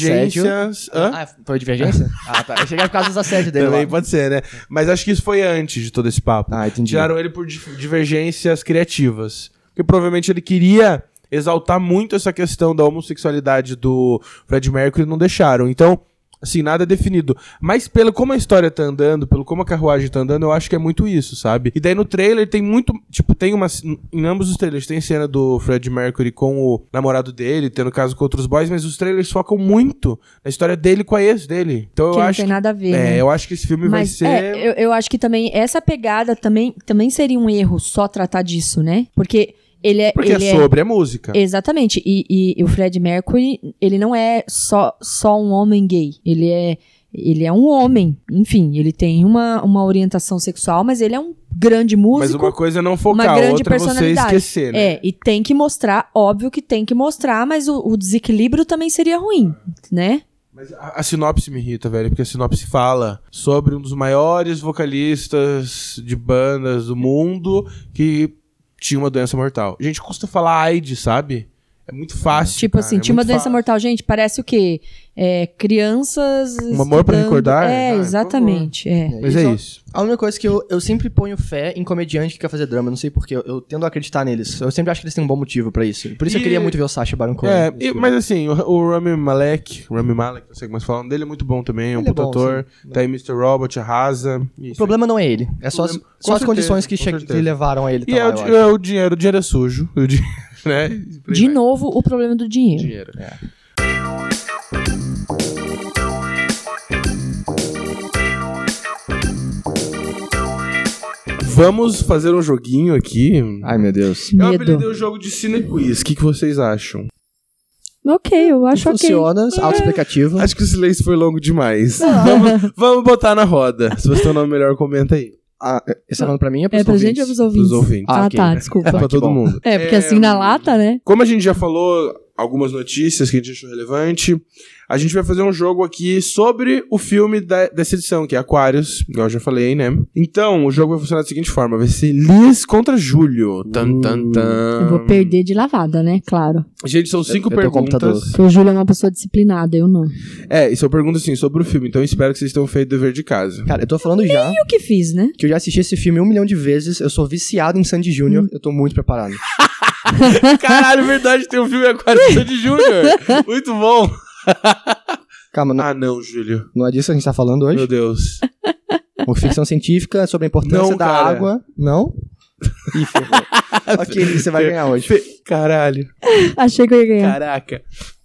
A: divergências. Hã?
B: Ah, foi divergência? ah, tá. Eu cheguei por causa dos assédios dele.
A: Também
B: lá.
A: pode ser, né? Mas acho que isso foi antes de todo esse papo.
B: Ah, entendi.
A: Tiraram ele por di- divergências criativas. Porque provavelmente ele queria exaltar muito essa questão da homossexualidade do Fred Mercury e não deixaram. Então, assim, nada é definido. Mas pelo como a história tá andando, pelo como a carruagem tá andando, eu acho que é muito isso, sabe? E daí no trailer tem muito. Tipo, tem uma. Em ambos os trailers tem cena do Fred Mercury com o namorado dele, tendo caso com outros boys, mas os trailers focam muito na história dele com a ex dele. Então
C: Que
A: eu
C: não
A: acho
C: tem nada a ver. né?
A: é, eu acho que esse filme vai
C: Mas
A: ser.
C: é, eu, eu acho que também essa pegada também, também seria um erro só tratar disso, né? Porque ele é.
A: Porque
C: ele
A: é sobre a música.
C: Exatamente. E, e- e o Fred Mercury, ele não é só, só um homem gay. Ele é, ele é um homem. Enfim, ele tem uma, uma orientação sexual, mas ele é um grande
A: Mas
C: músico.
A: uma coisa é não focar,
C: uma grande
A: outra é você
C: personalidade.
A: esquecer, né?
C: É, e tem que mostrar, óbvio que tem que mostrar, mas o, o desequilíbrio também seria ruim, né?
A: Mas a, a sinopse me irrita, velho, porque a sinopse fala sobre um dos maiores vocalistas de bandas do mundo que tinha uma doença mortal. Gente, custa falar AIDS, sabe? É muito fácil.
C: Tipo
A: cara,
C: assim,
A: é
C: tinha uma
A: muito
C: doença
A: fácil.
C: mortal, gente, parece o quê? É, crianças.
A: Um amor pra
C: estudando-
A: recordar? Ah,
C: É,
A: por
C: exatamente. É.
A: Mas é
B: Só-
A: isso.
B: A única coisa que eu, eu sempre ponho fé em comediante que quer fazer drama, não sei porquê, eu, eu tendo a acreditar neles. Eu sempre acho que eles têm um bom motivo pra isso. Por isso
A: E-
B: eu queria muito ver o Sacha Baron Cohen.
A: É,
B: nesse
A: e-
B: filme.
A: mas assim, o, o Rami Malek, Rami Malek, não sei como é que falam dele, é muito bom também, é um
B: Ele é
A: puta
B: bom,
A: ator. Tá aí Mr. Robot, arrasa.
B: O problema não é ele, é só as,
A: Problema-
B: só
A: com
B: as
A: certeza,
B: condições que,
A: com
B: che-
A: certeza.
B: que levaram a ele.
A: E
B: tá
A: é,
B: lá,
A: o,
B: eu
A: di-
B: acho.
A: é o dinheiro, o dinheiro é sujo. O dinheiro, né?
C: De novo, o problema do dinheiro.
B: É.
A: Dinheiro. Vamos fazer um joguinho aqui.
B: Ai, meu Deus.
A: Eu apelidei
C: Medo.
A: o jogo de Cine Quiz. O que, que vocês acham?
C: Ok, eu acho ok.
B: Funciona, auto-explicativo.
A: Acho que o silêncio foi longo demais.
B: Ah.
A: vamos, vamos botar na roda. Se você tem um nome melhor, comenta aí.
B: Ah, esse é falando pra mim é pros
C: É pra gente
B: ouvintes?
C: ou pros ouvintes?
A: Pros ouvintes.
C: Ah,
B: Ah, ok.
C: tá,
A: É
C: desculpa.
A: pra
B: que
A: todo
B: bom.
A: mundo.
C: É, porque
A: É,
C: assim na lata, né?
A: Como a gente já falou algumas notícias que a gente achou relevante, a gente vai fazer um jogo aqui sobre o filme da- dessa edição, que é Aquarius, igual eu já falei, né? Então, o jogo vai funcionar da seguinte forma: vai ser Liz contra Júlio. Tan, tan, tan.
C: Eu vou perder de lavada, né? Claro.
A: Gente, são cinco
B: Uh. eu tô computador.
A: perguntas.
C: Porque o Júlio é uma pessoa disciplinada, eu não. E
A: É, e são perguntas assim sobre o filme, então eu espero que vocês tenham feito o dever de casa.
B: Cara, eu tô falando já
C: o que fiz, né?
B: que eu já assisti esse filme um milhão de vezes. Eu sou viciado em Sandy Júnior.
C: Hum.
B: Eu tô muito preparado.
A: Caralho, verdade, tem um filme Aquarius de Júnior. Muito bom.
B: Calma, não,
A: Ah, não, Júlio.
B: não é disso que a gente tá falando
A: Meu
B: hoje?
A: Deus.
C: Hum.
B: Ou ficção científica sobre a importância
A: Não,
B: da
A: cara.
B: água. Não? Ih, ferrou. ok, Liz, você vai ganhar hoje.
A: Fe- Caralho.
C: Achei que eu ia ganhar.
A: Caraca.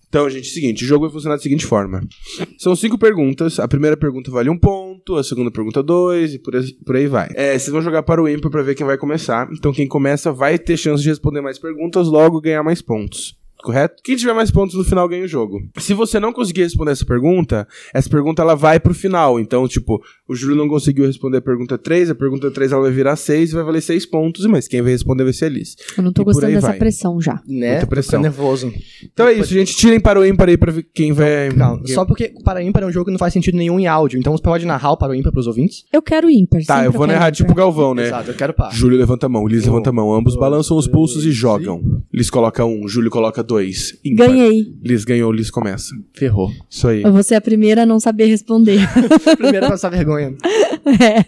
A: Então, gente, é o seguinte, o jogo vai funcionar da seguinte forma. São cinco perguntas, a primeira pergunta vale um ponto, a segunda pergunta dois, e por aí, por aí vai. É, vocês vão jogar para o ímpar pra ver quem vai começar, então quem começa vai ter chance de responder mais perguntas, logo ganhar mais pontos. Correto? Quem tiver mais pontos no final ganha o jogo. Se você não conseguir responder essa pergunta, essa pergunta ela vai pro final. Então, tipo, o Júlio não conseguiu responder a pergunta 3, a pergunta 3 ela vai virar 6 e vai valer 6 pontos, mas quem vai responder vai ser a Liz.
C: Eu não tô
A: E por
C: gostando
A: aí
C: dessa
A: vai.
C: pressão já.
B: Né?
A: Muita pressão.
B: Tô nervoso.
A: Então é isso, gente. Tirem para o ímpar aí pra ver quem vai.
B: Calma.
A: quem-
B: Só porque o para ímpar é um jogo que não faz sentido nenhum em áudio. Então você pode narrar o para o ímpar pros ouvintes?
C: Eu quero ímpar.
A: Tá,
C: sempre
A: eu vou
C: quero
A: narrar
C: ímpar.
A: tipo o Galvão, né?
B: Exato, tá. eu quero par.
A: Júlio levanta a mão, Liz
B: Um,
A: levanta a mão. Ambos
B: dois,
A: balançam os pulsos e
B: três,
A: jogam. Liz coloca um, Júlio coloca dois. Ímpar.
C: Ganhei.
A: Liz ganhou, Liz começa.
B: Ferrou.
A: Isso aí.
C: Eu vou ser a primeira a não saber responder.
B: Primeiro é passar vergonha.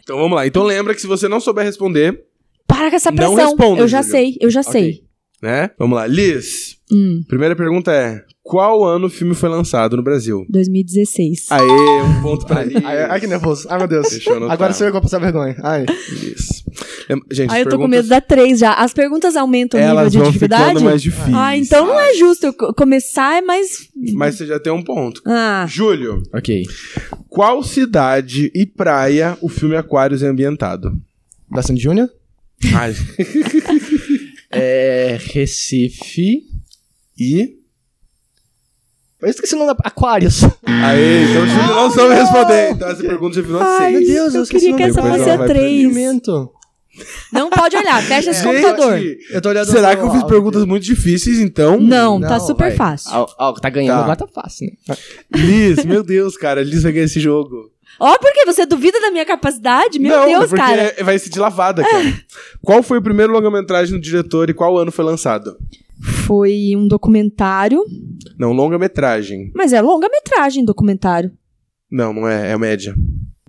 A: Então vamos lá. Então lembra que se você não souber responder,
C: Para com essa
A: Não
C: pressão.
A: responda,
C: eu já
A: Júlio.
C: sei, eu já
A: Ok.
C: sei.
A: né? Vamos lá. Liz,
C: Hum.
A: primeira pergunta é: qual ano o filme foi lançado no Brasil?
C: 2016.
A: Aê, um ponto pra Liz.
B: Ai, ai, que nervoso. Ai, meu Deus.
A: Deixa eu anotar.
B: Agora sou eu que vou passar vergonha. Ai.
A: Liz. Lem- Gente,
C: Aí
A: as
C: eu tô com
A: perguntas-
C: medo da 3 já. As perguntas aumentam o nível
A: Elas
C: de
A: vão
C: dificuldade?
A: ficando mais difíceis.
C: Ah, então não é justo. Eu co- Começar é mais.
A: Mas você já tem um ponto.
C: Ah,
A: Júlio,
B: Ok.
A: qual cidade e praia o filme Aquários é ambientado?
B: Da Sandy Júnior?
A: Ai,
B: É. Recife.
A: e.
B: Eu esqueci o nome da. Aquarius.
A: Aê, então o Júlio não soube responder. Então essa pergunta já virou
B: Ai,
A: seis.
B: meu Deus, eu,
C: eu
B: esqueci
C: queria que
B: o nome
C: essa
B: da
A: Depois
C: fosse
A: ela
C: a
A: vai pro
C: 3. Não pode olhar, fecha esse computador.
A: É. Gente,
B: Eu tô olhando
A: será
B: no
A: que eu
B: áudio
A: fiz
B: aqui.
A: perguntas muito difíceis, então?
C: Não,
B: Não,
C: tá super
B: vai.
C: fácil.
B: Ó, ó, tá ganhando,
A: Tá.
B: agora tá fácil, né?
A: Liz, meu Deus, cara, Liz vai ganhar esse jogo.
C: Ó, por porque você duvida da minha capacidade? Meu
A: não,
C: Deus,
A: porque é-
C: cara.
A: vai ser de lavada, cara. qual foi o primeiro longa-metragem do diretor e qual ano foi lançado?
C: Foi um documentário,
A: Não, longa-metragem.
C: mas é longa-metragem documentário.
A: Não, não é, é média.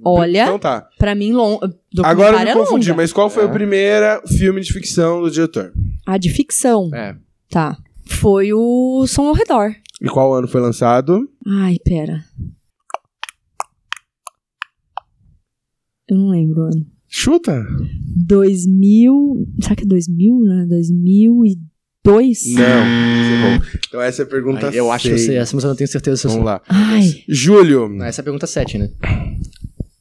C: Olha,
A: Então tá.
C: pra mim, long... documentário
A: Agora eu
C: é
A: me confundi,
C: longa.
A: mas qual foi
B: É.
A: o primeiro filme de ficção do diretor?
C: Ah, de ficção.
A: É.
C: Tá. Foi o Som ao Redor.
A: E qual ano foi lançado?
C: Ai, pera. Eu não lembro o ano.
A: Chuta.
C: 2000. Será que é 2000, né?
A: Não.
C: 2002?
A: você errou. Então essa é a pergunta
B: Hum. eu acho que eu
A: seis.
B: sei essa, mas eu não tenho certeza se eu sei.
A: Vamos lá.
C: Ai.
A: Júlio.
B: Não, Essa é a pergunta 7, né?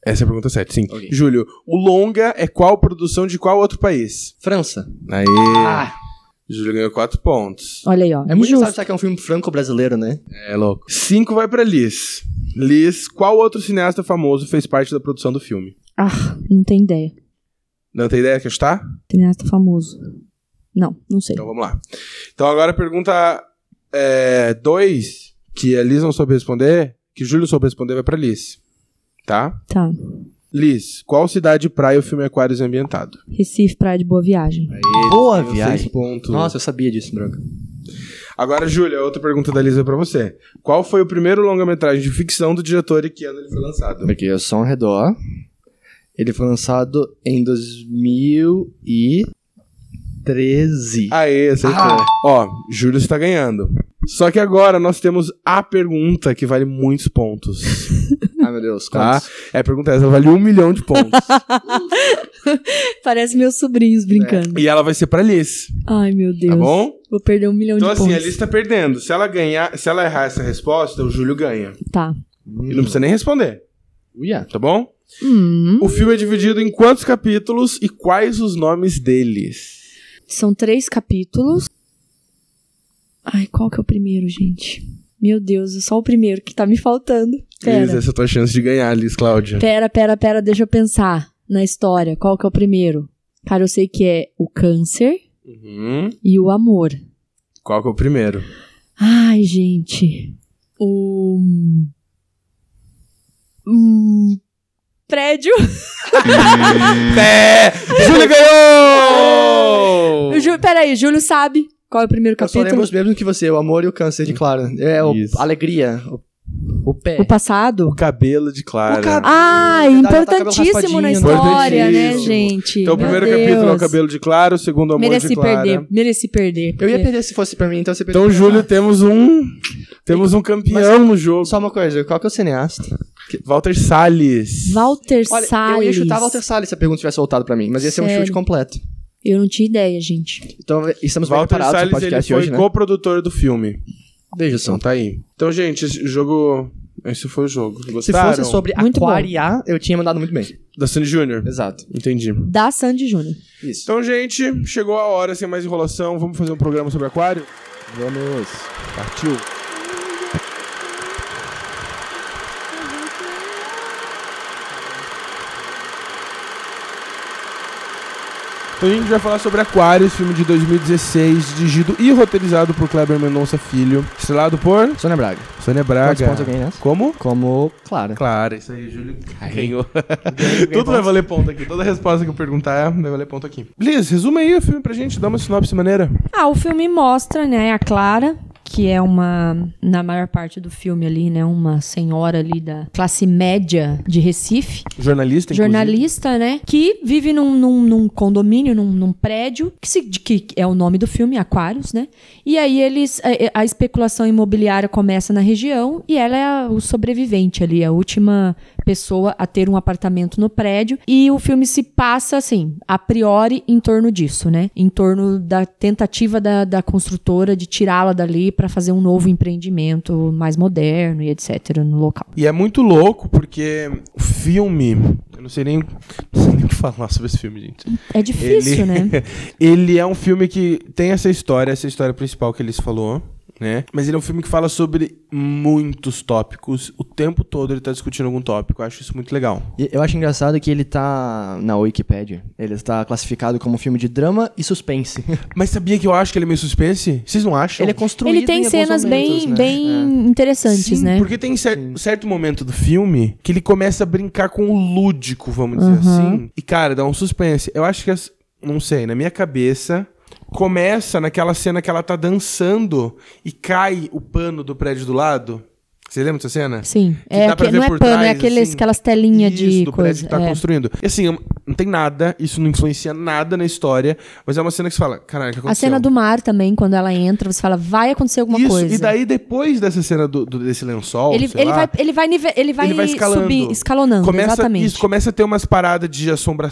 A: Essa é a pergunta 7, sim.
B: Ok.
A: Júlio, o longa é qual produção de qual outro país?
B: França.
A: Aê.
B: Ah,
A: Júlio ganhou 4 pontos.
C: Olha aí, ó.
B: é muito
C: Justo.
B: justo. sabe que é um filme franco-brasileiro, né?
A: É louco. 5 vai pra Liz. Liz, qual outro cineasta famoso fez parte da produção do filme?
C: Ah, não tem ideia.
A: Não tem ideia que está?
C: Cineasta famoso. Não, não sei.
A: Então vamos lá. Então agora a pergunta 2, que a Liz não soube responder, que o Júlio não soube responder, vai pra Liz. Tá?
C: Tá.
A: Liz, qual cidade e praia o filme Aquários é ambientado?
C: Recife, Praia de Boa Viagem.
A: É
B: Boa
A: Ganhou
B: viagem.
A: seis pontos.
B: Nossa, eu sabia disso, droga.
A: Agora, Júlia, outra pergunta da Liz é pra você. Qual foi o primeiro longa-metragem de ficção do diretor e que ano ele foi lançado?
B: Aqui, é só ao redor. Ele foi lançado em 2013.
A: Aê, aceitou.
B: Ah.
A: Ó, Júlio está ganhando. Só que agora nós temos a pergunta que vale muitos pontos.
B: Ai, Ah, meu Deus,
A: Tá?
B: quantos?
A: É a pergunta essa, vale um milhão de pontos.
C: Parece meus sobrinhos brincando.
A: e ela vai ser pra Liz,
C: Ai, meu Deus.
A: É. tá bom?
C: Vou perder um milhão
A: Então
C: de
A: assim, a
C: pontos.
A: Liz tá perdendo. Se ela ganhar, se ela errar essa resposta, o Júlio ganha.
C: Tá.
A: E
B: Hum.
A: não precisa nem responder,
B: Uia.
A: tá bom?
C: Hum,
A: O filme é dividido em quantos capítulos e quais os nomes deles?
C: são três capítulos. Ai, qual que é o primeiro, gente? Meu Deus, é só o primeiro que tá me faltando.
A: Liz,
C: Pera,
A: essa é a tua chance de ganhar, Liz Cláudia.
C: pera, pera, pera, deixa eu pensar na história. Qual que é o primeiro? Cara, eu sei que é o câncer
A: Uhum.
C: e o amor.
A: Qual que é o primeiro?
C: Ai, gente. O. Hum... Prédio.
A: Pé! Júlio ganhou!
C: O Jú... Peraí, Júlio sabe qual é o primeiro
B: Eu só lembro
C: capítulo?
B: os mesmos que você, o amor e o câncer de Clara. É, o,
A: Isso.
B: a alegria, o, o pé.
C: O passado?
A: O cabelo de Clara.
B: O cabelo.
C: Ah,
B: Verdade,
C: importantíssimo na
B: ela tá com o cabelo
C: história, né,
A: Importantíssimo.
C: gente?
A: Então, o
C: Meu
A: primeiro
C: Deus.
A: capítulo é o cabelo de Clara, o segundo é o amor
C: Mereci
A: de Clara.
C: perder, mereci perder.
B: Eu ia
C: porque-
B: perder se fosse pra mim, então você perdeu.
A: Então, Júlio, temos um. Temos um campeão no jogo.
B: Só uma coisa, qual que é o cineasta?
A: Walter Salles.
C: Walter
B: Olha,
C: Salles.
B: eu ia chutar Walter Salles se a pergunta tivesse voltado pra mim, mas ia ser um
C: Sério?
B: chute completo.
C: Eu não tinha ideia, gente.
B: Então, estamos bem
A: Walter
B: preparados pro
A: Salles ele
B: podcast
A: foi
B: hoje, né?
A: coprodutor do filme.
B: Veja
A: Então
B: só.
A: tá aí. Então, gente, esse jogo. Esse foi o jogo.
B: Se
A: Gostaram?
B: fosse sobre
C: Muito bom.
B: aquariar, eu tinha mandado muito bem.
A: Da Sandy Júnior.
B: Exato.
A: Entendi.
C: Da Sandy Júnior.
B: Isso.
A: Então, gente, chegou a hora, sem mais enrolação. Vamos fazer um programa sobre aquário?
B: Vamos.
A: Partiu. Então a gente vai falar sobre Aquários, filme de 2016, dirigido e roteirizado por Kleber Mendonça Filho, estrelado por
B: Sônia Braga.
A: Sônia
B: Quantos
A: Braga.
B: pontos eu ganhei nessa?
A: Como?
B: Como Clara.
A: Claro, é isso aí, Júlio. Ganhou.
B: Ganhei
A: Tudo
B: pontos.
A: vai valer ponto aqui. Toda resposta que eu perguntar vai valer ponto aqui. Liz, resume aí o filme pra gente, dá uma sinopse maneira.
C: Ah, o filme mostra, né, a Clara, que é uma, na maior parte do filme ali, né, uma senhora ali da classe média de Recife,
A: Jornalista, inclusive.
C: jornalista, né? Que vive num, num- num condomínio, num, num prédio, que, se- de- que é o nome do filme, Aquários, né? E aí eles. A, a especulação imobiliária começa na região e ela é a- o sobrevivente ali, a última pessoa a ter um apartamento no prédio. E o filme se passa, assim, a priori em torno disso, né? Em torno da tentativa da, da construtora de tirá-la dali para fazer um novo empreendimento mais moderno e etc. no local.
A: E é muito louco, porque o filme. Eu não sei nem, não sei nem o que falar sobre esse filme, gente.
C: É difícil,
A: ele,
C: né?
A: ele é um filme que tem essa história, essa história principal que eles falou, né? Mas ele é um filme que fala sobre muitos tópicos. O tempo todo ele tá discutindo algum tópico. Eu acho isso muito legal.
B: E Eu acho engraçado que ele tá na Wikipedia. Ele está classificado como um filme de drama e suspense.
A: Mas sabia que eu acho que ele é meio suspense? Vocês não acham?
B: Ele é construído
C: Ele tem
B: em alguns
C: cenas
B: momentos,
C: bem,
B: né?
C: bem interessantes,
A: É. Sim,
C: né?
A: Porque tem cer- certo momento do filme que ele começa a brincar com o lúdico, vamos dizer
C: Uhum.
A: assim. E, cara, dá um suspense. Eu acho que, as- não sei, na minha cabeça, começa naquela cena que ela tá dançando e cai o pano do prédio do lado. Você lembra dessa cena?
C: Sim.
A: Que
C: É,
A: dá pra
C: aque-
A: ver
C: não é
A: por
C: pano, é
A: trás,
C: aqueles,
A: assim.
C: aquelas telinhas
A: Isso,
C: de
A: do prédio
C: coisa.
A: que tá
C: é.
A: construindo. E assim, não tem nada, isso não influencia nada na história, mas é uma cena que você fala, caralho, o que aconteceu?
C: A cena do mar também, quando ela entra, você fala, vai acontecer alguma
A: Isso,
C: coisa.
A: e daí depois dessa cena do, do- desse lençol,
C: ele,
A: sei
C: ele,
A: lá,
C: vai, ele vai nive- ele vai,
A: ele vai escalando.
C: subir, escalonando,
A: começa,
C: exatamente.
A: Isso, começa a ter umas paradas de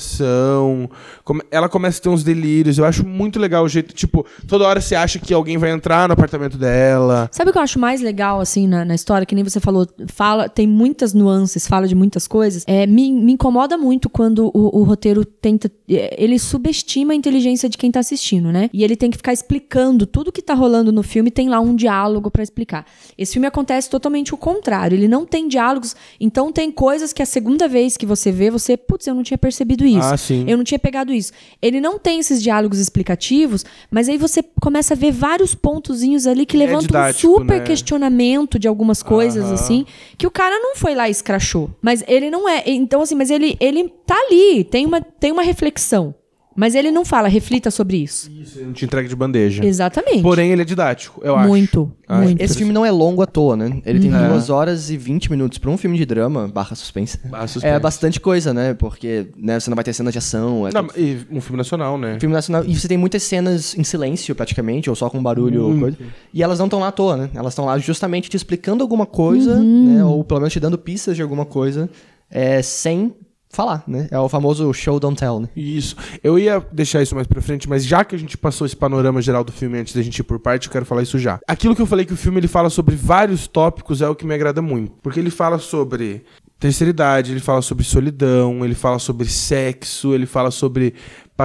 A: assombração. come- ela começa a ter uns delírios. Eu acho muito legal o jeito, tipo, toda hora você acha que alguém vai entrar no apartamento dela.
C: Sabe o que eu acho mais legal, assim, na, na história? Que nem você falou, fala, tem muitas nuances, fala de muitas coisas. É, me, me incomoda muito quando o, o roteiro tenta. é, Ele subestima a inteligência de quem tá assistindo, né? E ele tem que ficar explicando tudo que tá rolando no filme, tem lá um diálogo pra explicar. Esse filme acontece totalmente o contrário. Ele não tem diálogos, então tem coisas que a segunda vez que você vê, você, putz, eu não tinha percebido isso.
A: Ah, sim.
C: Eu não tinha pegado isso. Ele não tem esses diálogos explicativos, mas aí você começa a ver vários pontozinhos ali que levanta
A: É didático,
C: um
A: né?
C: super questionamento de algumas coisas,
A: Aham.
C: assim, que o cara não foi lá e escrachou. Mas ele não é. Então, assim, mas ele, ele tá ali, tem uma, tem uma reflexão. Mas ele não fala, reflita sobre isso.
A: Isso, ele não te entrega de bandeja.
C: Exatamente.
A: Porém, ele é didático, eu acho.
C: muito,
A: Ah,
C: muito.
B: Esse filme não é longo à toa, né? Ele tem
A: Uhum.
B: 2 horas e 20 minutos. Pra um filme de drama, barra suspense,
A: Ah, suspense.
B: é bastante coisa, né? Porque né, você não vai ter cena de ação. É
A: Não,
B: tudo-
A: e um filme nacional, né?
B: filme nacional. E você tem muitas cenas em silêncio, praticamente, ou só com barulho. ou coisa. E elas não estão lá à toa, né? Elas estão lá justamente te explicando alguma coisa,
C: Uhum.
B: né? Ou pelo menos te dando pistas de alguma coisa, é, sem falar, né? É o famoso show don't tell, né?
A: Isso. Eu ia deixar isso mais pra frente, mas já que a gente passou esse panorama geral do filme antes da gente ir por parte, eu quero falar isso já. Aquilo que eu falei que o filme ele fala sobre vários tópicos é o que me agrada muito. Porque ele fala sobre terceira idade, ele fala sobre solidão, ele fala sobre sexo, ele fala sobre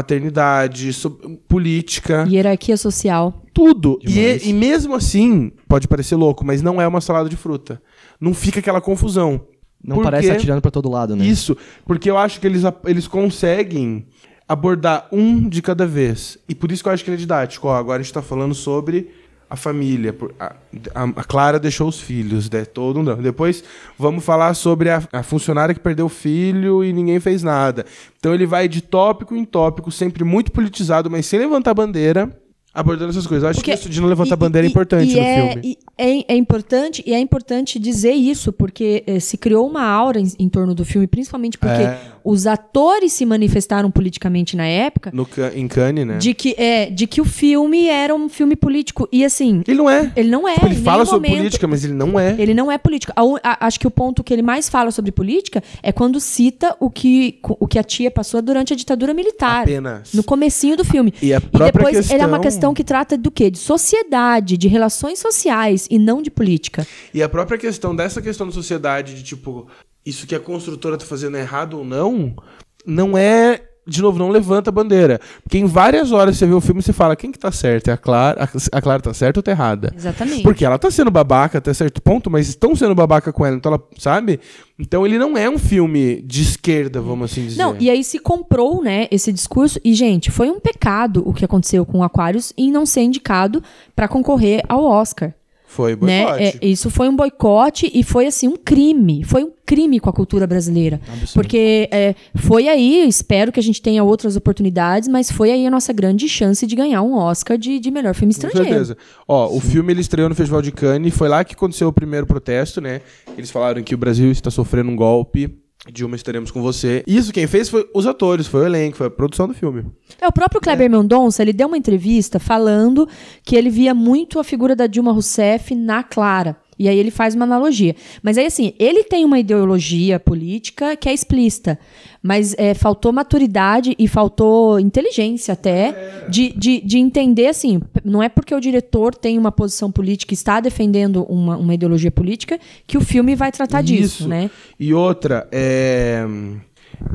A: paternidade, sobre política
C: Hierarquia social.
A: tudo. E, e mesmo assim, pode parecer louco, mas não é uma salada de fruta. Não fica aquela confusão.
B: Não
A: Por
B: parece
A: quê?
B: atirando pra todo
C: É.
B: lado, né?
A: Isso, porque eu acho que eles, ap- eles conseguem abordar um de cada vez. E por isso que eu acho que ele é didático. Ó, agora a gente tá falando sobre a família. por- A, a- a Clara deixou os filhos, né? Todo um drama. Depois vamos falar sobre a, a funcionária que perdeu o filho e ninguém fez nada. Então ele vai de tópico em tópico, sempre muito politizado, mas sem levantar bandeira, abordando essas coisas. Eu acho
C: Porque-
A: que isso de não levantar
C: e-
A: bandeira
C: e-
A: é importante
C: e
A: no
C: é,
A: filme.
C: e é, é importante e é importante dizer isso porque eh, se criou uma aura em, em torno do filme, principalmente porque
A: É.
C: os atores se manifestaram politicamente na época
A: No, Ca- em Cannes, né?
C: de que é de que o filme era um filme político e assim
A: Ele não é.
C: ele não é.
A: Tipo, ele
C: em
A: fala
C: nenhum
A: sobre
C: momento-
A: política, mas ele não é.
C: Ele não é político. A un- a- acho que o ponto que ele mais fala sobre política é quando cita o que, o que a tia passou durante a ditadura militar.
A: Apenas.
C: No comecinho do filme.
A: E a
C: E
A: própria
C: depois
A: questão...
C: ele é uma questão que trata do quê? De sociedade, de relações sociais e não de política.
A: E a própria questão dessa questão da sociedade, de tipo, isso que a construtora tá fazendo é errado ou não, não é. De novo, não levanta a bandeira. Porque em várias horas você vê o filme e você fala: quem que tá certo? É a Clara, a Clara tá certa ou tá errada?
C: Exatamente.
A: Porque ela tá sendo babaca até certo ponto, mas estão sendo babaca com ela, então ela, sabe? Então ele não é um filme de esquerda, vamos assim dizer.
C: Não, e aí se comprou, né, esse discurso. E, gente, foi um pecado o que aconteceu com Aquarius em não ser indicado pra concorrer ao Oscar.
A: Foi
C: né?
A: boicote.
C: É, isso foi um boicote e foi assim um crime, foi um crime com a cultura brasileira, porque é, foi aí, espero que a gente tenha outras oportunidades, mas foi aí a nossa grande chance de ganhar um Oscar de, de melhor filme
A: Com
C: estrangeiro.
A: certeza. Ó, o filme ele estreou no Festival de Cannes, foi lá que aconteceu o primeiro protesto, né? Eles falaram que o Brasil está sofrendo um golpe. Dilma, estaremos com você. Isso quem fez foi os atores, foi o elenco, foi a produção do filme.
C: É, o próprio Kleber Mendonça, ele deu uma entrevista falando que ele via muito a figura da Dilma Rousseff na Clara. E aí ele faz uma analogia. Mas aí, assim, ele tem uma ideologia política que é explícita. Mas é, faltou maturidade e faltou inteligência até de, de, de entender, assim, p- não é porque o diretor tem uma posição política e está defendendo uma, uma ideologia política que o filme vai tratar disso,
A: Isso.
C: né?
A: E outra, é.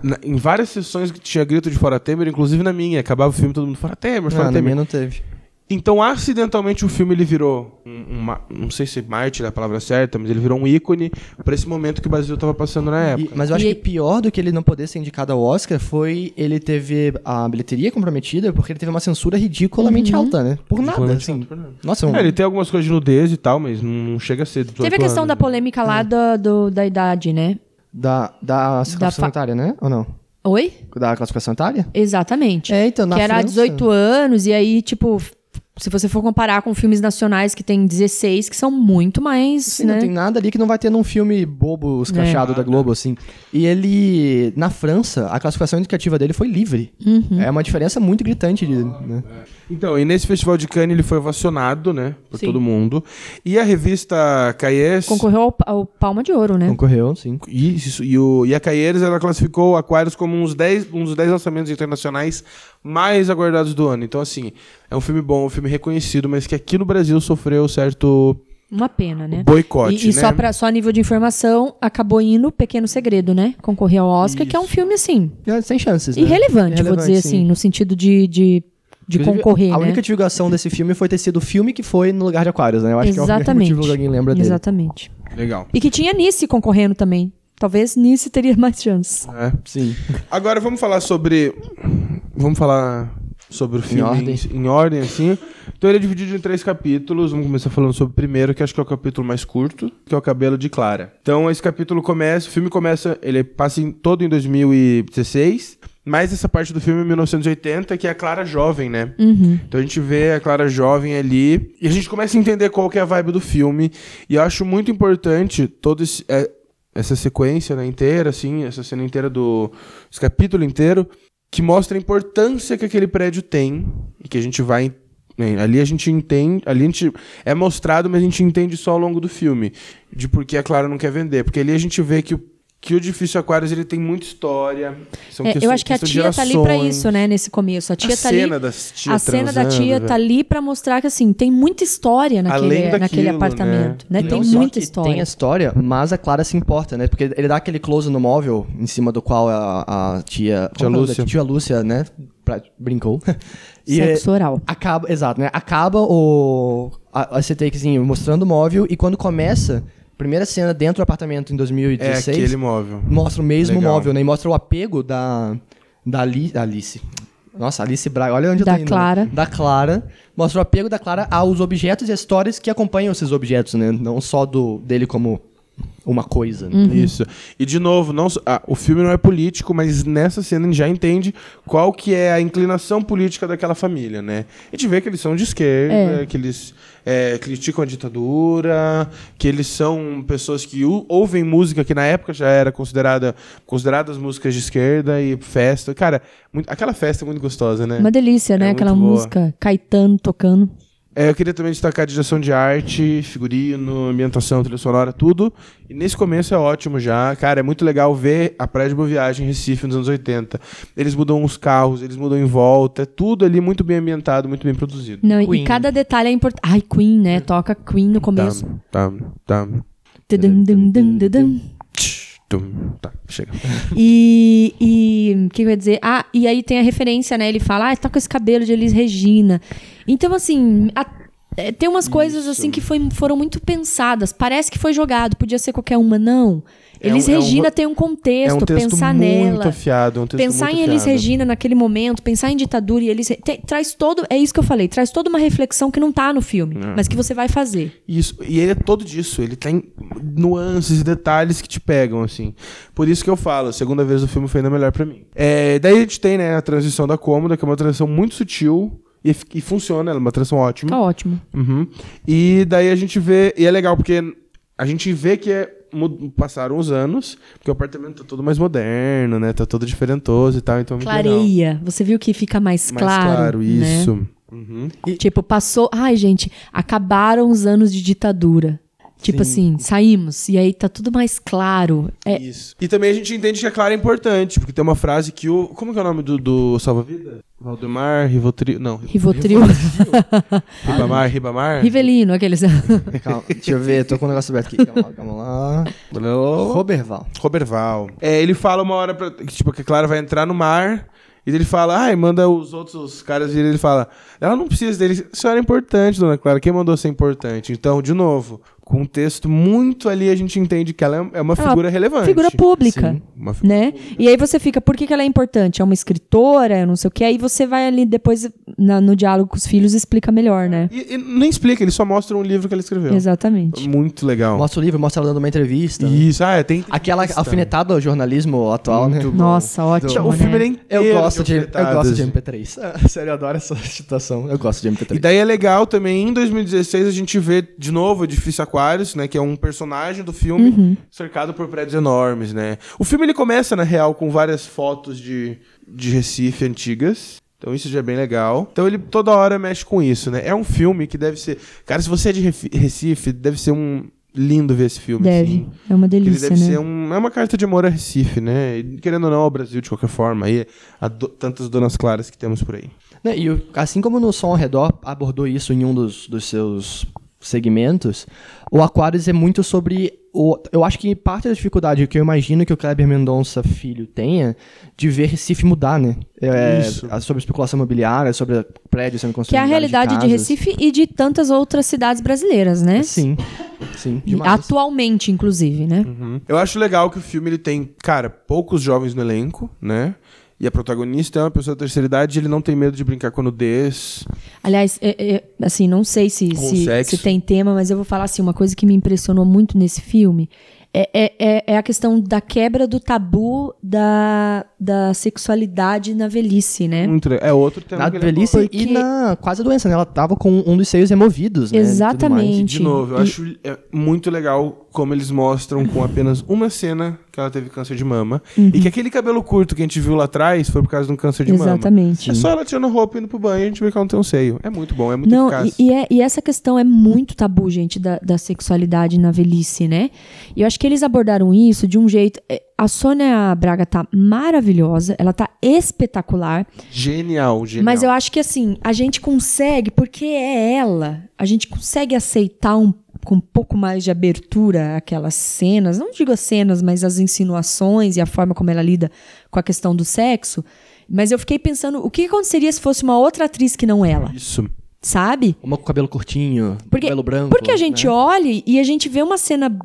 A: na- em várias sessões que tinha grito de fora Temer, inclusive na minha, acabava o filme todo mundo fora Temer, fora
B: Ah, na
A: Temer.
B: minha não teve.
A: Então, acidentalmente, o filme ele virou, um, um ma- não sei se mártir é a palavra certa, mas ele virou um ícone pra esse momento que o Brasil tava passando na
B: E-
A: época.
B: mas eu acho
C: E-
B: que pior do que ele não poder ser indicado ao Oscar foi ele teve a bilheteria comprometida porque ele teve uma censura
C: Uhum.
B: ridiculamente alta, né? Por nada,
A: Ridiculamente
B: assim.
A: alta, por nada.
B: Nossa, um...
A: É, ele tem algumas coisas de nudez e tal, mas não chega a ser. 18
C: Teve a questão
A: anos,
C: da
A: né?
C: polêmica lá da, do- da idade, né?
B: da, da classificação
C: fa-
B: etária, né? Ou não?
C: Oi?
B: Da classificação etária?
C: Exatamente.
B: É, então, na
C: que era
B: França-
C: 18 anos, e aí, tipo, f- se você for comparar com filmes nacionais que tem 16, que são muito mais,
B: Sim, assim,
C: né? É.
B: não tem nada ali que não vai ter num filme bobo, escrachado da Globo, assim. E ele, na França, a classificação indicativa dele foi livre.
C: Uhum.
B: É uma diferença muito gritante. De, né?
A: Então, e nesse Festival de Cannes ele foi ovacionado, né? Por
C: Sim.
A: todo mundo. E a revista Cahiers.
C: Concorreu ao, ao Palma de Ouro, né?
B: Concorreu, sim.
A: E, isso, e, o, e a Cahiers, ela classificou Aquarius como uns 10, um dos 10 lançamentos internacionais mais aguardados do ano. Então, assim, é um filme bom, um filme reconhecido, mas que aqui no Brasil sofreu certo
C: Uma pena, né?
A: boicote,
C: e e
A: né?
C: só, pra, só a nível de informação, acabou indo Pequeno Segredo, né? Concorreu ao Oscar, que é um filme, assim,
B: É, Sem chances, né?
C: irrelevante, vou
B: Irrelevante,
C: dizer
B: sim.
C: assim, no sentido de, de, de
B: Inclusive,
C: concorrer,
B: A
C: né?
B: única divulgação desse filme foi ter sido o filme que foi no lugar de Aquarius, né? Eu acho que é o único
C: Exatamente.
B: motivo que alguém lembra dele.
C: Exatamente.
A: Legal.
C: E que tinha Nice concorrendo também. Talvez Nice teria mais chance.
A: É.
B: Sim.
A: Agora vamos falar sobre. Vamos falar sobre o filme
B: ordem.
A: em, em ordem, assim. Então ele é dividido em três capítulos. Vamos começar falando sobre o primeiro, que acho que é o capítulo mais curto, que é o cabelo de Clara. Então esse capítulo começa. O filme começa. Ele passa em, todo em 2016. Mas essa parte do filme é 1980, que é a Clara jovem, né? Então a gente vê a Clara jovem ali. E a gente começa a entender qual que é a vibe do filme. E eu acho muito importante todo esse. é, essa sequência né, inteira, assim, essa cena inteira do. esse capítulo inteiro, que mostra a importância que aquele prédio tem e que a gente vai. né, ali a gente entende. Ali a gente. É mostrado, mas a gente entende só ao longo do filme. De por que a Clara não quer vender. Porque ali a gente vê que o. Que o edifício Aquarius ele tem muita história. São
C: É,
A: questões-
C: eu acho que a
A: Então, questão de
C: tia tá ali pra
A: gerações.
C: isso, né, nesse começo. A tia
A: a
C: tá
A: cena
C: ali.
A: da tia
C: a cena da
A: transando,
C: tia tá
A: velho.
C: ali pra mostrar que assim, tem muita história naquele,
A: Além
C: naquele
A: daquilo,
C: apartamento, né?
B: Então,
C: tem
B: só
C: muita
B: que Tem a
C: história.
B: história, mas a Clara se importa, né? Porque ele dá aquele close no móvel em cima do qual a, a tia.
A: Tia
B: como é o nome
A: Lúcia.
B: da Tia Lúcia, né? Pra- brincou.
A: é-
C: Sexo oral.
B: Acaba, exato, né? Acaba o. A, esse takezinho mostrando o móvel e quando começa, primeira cena dentro do apartamento em
A: É
B: 2016.
A: aquele móvel.
B: Mostra o mesmo
A: Legal.
B: móvel, né? E mostra o apego da, da, Ali- da Alice. Nossa, Alice Braga, olha onde
C: Da
B: eu tô indo. né?
C: Clara.
B: Da Clara. Mostra o apego da Clara aos objetos e as histórias que acompanham esses objetos, né? Não só do dele como uma coisa. né?
A: Isso. E de novo, não, só- ah, o filme não é político, mas nessa cena a gente já entende qual que é a inclinação política daquela família, né? A gente vê que eles são de esquerda, que eles é, criticam a ditadura, que eles são pessoas que ou- ouvem música que na época já era considerada consideradas músicas de esquerda e festa. Cara, muito- aquela festa é muito gostosa, né?
C: Uma delícia, né?
A: É
C: Aquela
A: muito boa.
C: música, Caetano tocando.
A: É, eu queria também destacar a direção de arte, figurino, ambientação, trilha sonora, tudo. E nesse começo é ótimo já. Cara, é muito legal ver a Praia de Boa Viagem em Recife nos anos 80. Eles mudam os carros, eles mudam em volta. É tudo ali muito bem ambientado, muito bem produzido.
C: Não,
B: Queen.
C: e cada detalhe é importante. Ai, Queen, né? Toca Queen no
A: Tá,
C: começo.
A: tá, tá.
C: Tudum, dum, dum, dum, dum.
A: tch, tum, Tá, chega.
C: E, e o que eu ia dizer? Ah, e aí tem a referência, né? Ele fala, ah, tá com esse cabelo de Elis Regina. Então, assim, a- é, tem umas coisas assim que foi- foram muito pensadas. Parece que foi jogado, podia ser qualquer uma, não.
A: É
C: Elis
A: um- é um
C: Regina
A: ro-
C: tem um contexto,
A: é um texto
C: pensar
A: muito
C: nela.
A: afiado, é um texto
C: Pensar
A: muito
C: em Elis
A: afiado.
C: Regina naquele momento, pensar em ditadura e Elis Re- te- traz todo, é isso que eu falei, traz toda uma reflexão que não tá no filme,
A: É.
C: mas que você vai fazer.
A: Isso, e ele é todo disso, ele tem nuances e detalhes que te pegam, assim. Por isso que eu falo, a segunda vez do filme foi ainda melhor pra mim. É, daí a gente tem, né, a transição da cômoda, que é uma transição muito sutil e, e funciona, ela é uma transição ótima.
C: Tá ótimo.
A: Uhum. E daí a gente vê. E é legal, porque a gente vê que é- mu- passaram os anos, porque o apartamento tá todo mais moderno, né? Tá todo diferentoso e tal, então é muito legal.
C: Clareia. Você viu que fica mais
A: Mais
C: claro.
A: claro,
C: né?
A: isso. Uhum.
C: Tipo, passou. Ai, gente, acabaram os anos de ditadura. Tipo assim, saímos. E aí tá tudo mais claro. É,
A: Isso. E também a gente entende que a Clara é importante, porque tem uma frase que o. Como que é o nome do, do Salva-Vida? Valdemar, Rivotril. Não,
C: Rivotril.
A: Ribamar, Ribamar.
C: Rivelino, aqueles.
B: Calma, deixa eu ver, tô com o negócio aberto aqui. Calma, calma lá.
A: Ro-
B: Roberval.
A: Roberval. É, ele fala uma hora pra, que, tipo, que a Clara vai entrar no mar. E ele fala, ai, manda os outros caras e ele fala, ela não precisa dele. A senhora é importante, dona Clara. Quem mandou ser importante? Então, de novo, com um texto muito ali, a gente entende que ela é uma figura relevante.
C: Figura pública.
A: Uma figura
C: Né? E aí você fica, por que, que ela é importante? É uma escritora, eu não sei o que. Aí você vai ali depois, na- no diálogo com os filhos, explica melhor, né?
A: E, e nem explica, ele só mostra um livro que ela escreveu.
C: Exatamente.
A: Muito legal.
B: Mostra o livro, mostra ela dando uma entrevista.
A: Isso, ah, é, tem...
B: Aquela alfinetada ao jornalismo atual, né?
C: Nossa,
A: Então,
C: ótimo.
A: o filme ele é
C: né?
A: inteiro
B: Eu gosto, de, eu gosto
A: alfinetadas.
B: de MP3. Ah, Sério, eu adoro essa situação. Eu gosto de MP3.
A: E daí é legal também, em 2016, a gente vê de novo o Edifício Aquarius, né? Que é um personagem do filme
C: Uhum.
A: cercado por prédios enormes, né? O filme ele começa, na real, com várias fotos de, de Recife antigas. Então isso já é bem legal. Então ele toda hora mexe com isso, né? É um filme que deve ser. Cara, se você é de Refi- Recife, deve ser um. Lindo ver esse filme,
C: Deve.
A: assim.
C: É uma
A: Porque ele
C: delícia,
A: deve ser
C: né?
A: um, é uma carta de amor a Recife, né? E, querendo ou não, ao Brasil, de qualquer forma. Aí, a do- tantas donas claras que temos por aí.
B: Né, E o- assim como no Som ao Redor abordou isso em um dos, dos seus segmentos, o Aquarius é muito sobre. O, eu acho que parte da dificuldade que eu imagino que o Kleber Mendonça filho tenha de ver Recife mudar, né? É,
A: Isso.
B: a- Sobre especulação imobiliária, sobre prédios sendo construídos.
C: Que é a realidade de
B: casas.
A: assim.
C: Recife e de tantas outras cidades brasileiras, né?
B: Sim, sim,
C: E
B: demais.
C: Atualmente, inclusive,
A: Hum.
C: né?
A: Eu acho legal que o filme ele tem, cara, poucos jovens no elenco, né? E a protagonista é uma pessoa da terceira idade e ele não tem medo de brincar com nudez.
C: Aliás, é- é, assim, não sei se,
A: Com
C: se,
A: sexo.
C: se tem tema, mas eu vou falar assim, uma coisa que me impressionou muito nesse filme é, é- é- é a questão da quebra do tabu da, da sexualidade na velhice, né?
A: Muito le- É outro tema.
B: Na
A: que ele
B: velhice
A: aborda.
B: e
C: Porque-
B: na quase doença, né? Ela tava com um dos seios removidos, né? e tudo mais.
C: Exatamente.
A: De novo, eu
C: E-
A: acho é, muito legal como eles mostram com apenas uma cena que ela teve câncer de mama.
C: Uhum.
A: E que aquele cabelo curto que a gente viu lá atrás foi por causa de um câncer de mama.
C: Exatamente.
A: É só ela tirando roupa e indo pro banho e a gente vê que ela não tem um seio. É muito bom, é muito
C: Não,
A: eficaz.
C: e, e é- e essa questão é muito tabu, gente, da, da sexualidade na velhice, né? E eu acho que eles abordaram isso de um jeito. é, A Sônia Braga tá maravilhosa, ela tá espetacular.
A: Genial, genial.
C: Mas eu acho que assim, a gente consegue, porque é ela, a gente consegue aceitar um, com um pouco mais de abertura aquelas cenas, não digo as cenas, mas as insinuações e a forma como ela lida com a questão do sexo. Mas eu fiquei pensando, o que aconteceria se fosse uma outra atriz que não ela,
A: Isso.
C: sabe?
B: Uma com cabelo curtinho,
C: Porque-
B: cabelo branco.
C: Porque a gente
B: né?
C: olha e a gente vê uma cena.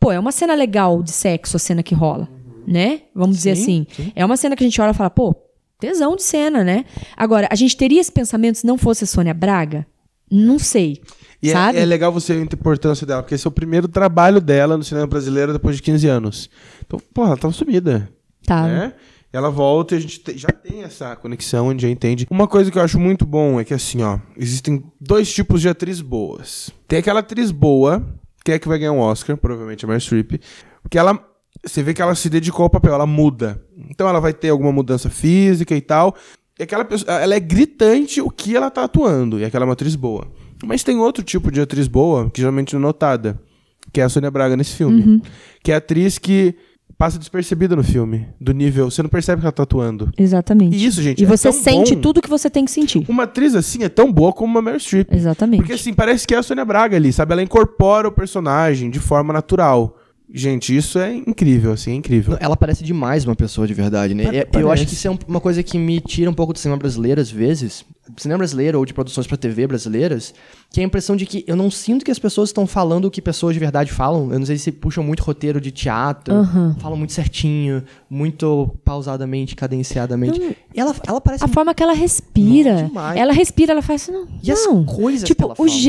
C: Pô, é uma cena legal de sexo a cena que rola, né? Vamos dizer assim. É uma cena que a gente olha e fala, pô, tesão de cena, né? Agora, a gente teria esse pensamento se não fosse a Sônia Braga? Não sei.
A: E é-
C: sabe?
A: É, legal você ver a importância dela, porque esse é o primeiro trabalho dela no cinema brasileiro depois de 15 anos. Então, porra, ela tava sumida,
C: Tá.
A: né? Ela volta e a gente te- já tem essa conexão, a gente já entende. Uma coisa que eu acho muito bom é que, assim, ó, existem dois tipos de atriz boas. Tem aquela atriz boa, que é a que vai ganhar um Oscar, provavelmente a Meryl Streep, porque ela... Você vê que ela se dedicou ao papel, ela muda. Então ela vai ter alguma mudança física e tal. E aquela pessoa, ela é gritante o que ela tá atuando, e aquela é uma atriz boa. Mas tem outro tipo de atriz boa, que geralmente é notada, que é a Sônia Braga nesse filme.
C: Uhum.
A: Que é a atriz que passa despercebida no filme, do nível, você não percebe que ela tá atuando.
C: Exatamente.
A: E isso, gente,
C: E
A: é
C: você
A: tão
C: sente
A: bom.
C: tudo que você tem que sentir.
A: Uma atriz assim é tão boa como uma Meryl Streep.
C: Exatamente.
A: Porque assim, parece que é a Sônia Braga ali, sabe? Ela incorpora o personagem de forma natural. Gente, isso é incrível, assim, é incrível.
B: Não, Ela parece demais uma pessoa de verdade, né?
A: Pa-
B: E- eu
A: parece.
B: acho que isso é um- uma coisa que me tira um pouco do cinema brasileiro, às vezes. cinema brasileiro ou de produções pra TV brasileiras, que é a impressão de que eu não sinto que as pessoas estão falando o que pessoas de verdade falam. Eu não sei se puxam muito roteiro de teatro,
C: Aham.
B: falam muito certinho, muito pausadamente, cadenciadamente.
C: Não.
B: E ela, ela parece um
C: A forma que ela respira.
B: assim, Demais.
C: Ela respira, ela faz. assim, Não,
B: E as
C: não.
B: coisas
C: Tipo,
B: que ela
C: o
B: fala.
A: Ela dá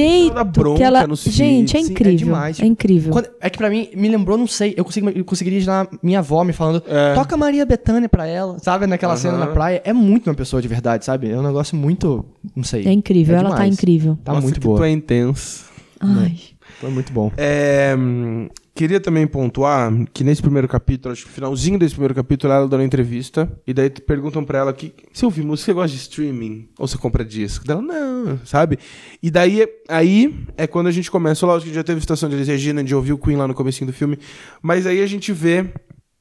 C: jeito
A: bronca
C: que ela.
A: nos
C: Gente, é
A: filhos, sim, é
C: incrível. É,
B: demais.
C: incrível.
B: Quando- é que pra mim, me lembrou, não sei, eu, consigo, eu conseguiria imaginar minha avó me falando, toca Maria Bethânia pra ela, sabe?
A: É.
B: Naquela
A: Aham.
B: cena na praia. É muito uma pessoa de verdade, sabe? É um negócio muito, não sei.
C: É incrível,
B: É
C: ela tá
B: demais.
C: incrível.
B: Tá
A: Nossa,
B: muito
A: que
B: boa.
A: tu é intenso.
C: Ai.
B: Foi muito bom.
A: É, hum, queria também pontuar que nesse primeiro capítulo, acho que no finalzinho desse primeiro capítulo, ela dando entrevista. E daí te perguntam pra ela que você ouve música, você gosta de streaming? Ou você compra disco? Dela, não, sabe? E daí aí é quando a gente começa. Lógico que já teve estação de Elis Regina, de ouvir o Queen lá no comecinho do filme. Mas aí a gente vê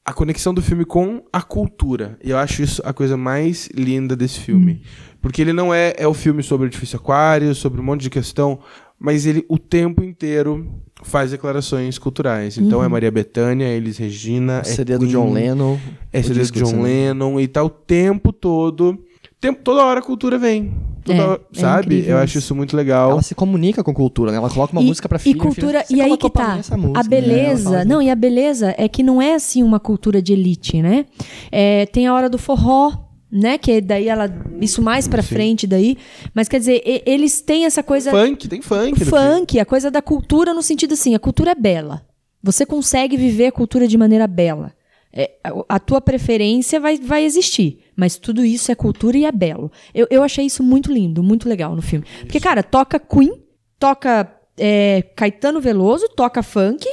A: a conexão do filme com a cultura. E eu acho isso a coisa mais linda desse filme. Porque ele não é, é o filme sobre o edifício aquário, sobre um monte de questão, mas ele o tempo inteiro faz declarações culturais. Então é Maria Bethânia, é Elis Regina, é
B: CD Uhum. do
A: Queen,
B: John Lennon.
A: é
B: o
A: CD do
B: disco do
A: John
B: John
A: Lennon e tal, o tempo todo. Tempo, toda hora a cultura vem. Toda
C: É,
A: hora,
C: é
A: sabe?
C: incrível
A: eu
C: isso.
A: acho isso muito legal.
B: Ela se comunica com cultura, né? Ela coloca uma
C: E-
B: música pra
C: e
B: filha.
C: cultura-
B: filha, "Você
C: e aí
B: colocou
C: que
B: pra
C: tá.
B: mim essa música",
C: A
B: né? Ela fala
C: beleza,
B: assim.
C: não, e a beleza é que não é assim uma cultura de elite, né? É, tem a hora do forró, né? Que daí ela. Isso mais pra frente daí. Mas quer dizer, e- eles têm essa coisa.
A: Funk, tem funk. no filme.
C: funk, a coisa da cultura no sentido assim, a cultura é bela. Você consegue viver a cultura de maneira bela. É, a- a tua preferência vai, vai existir, mas tudo isso é cultura e é belo. Eu, eu achei isso muito lindo, muito legal no filme. Porque, cara, toca Queen, toca é, Caetano Veloso, toca funk,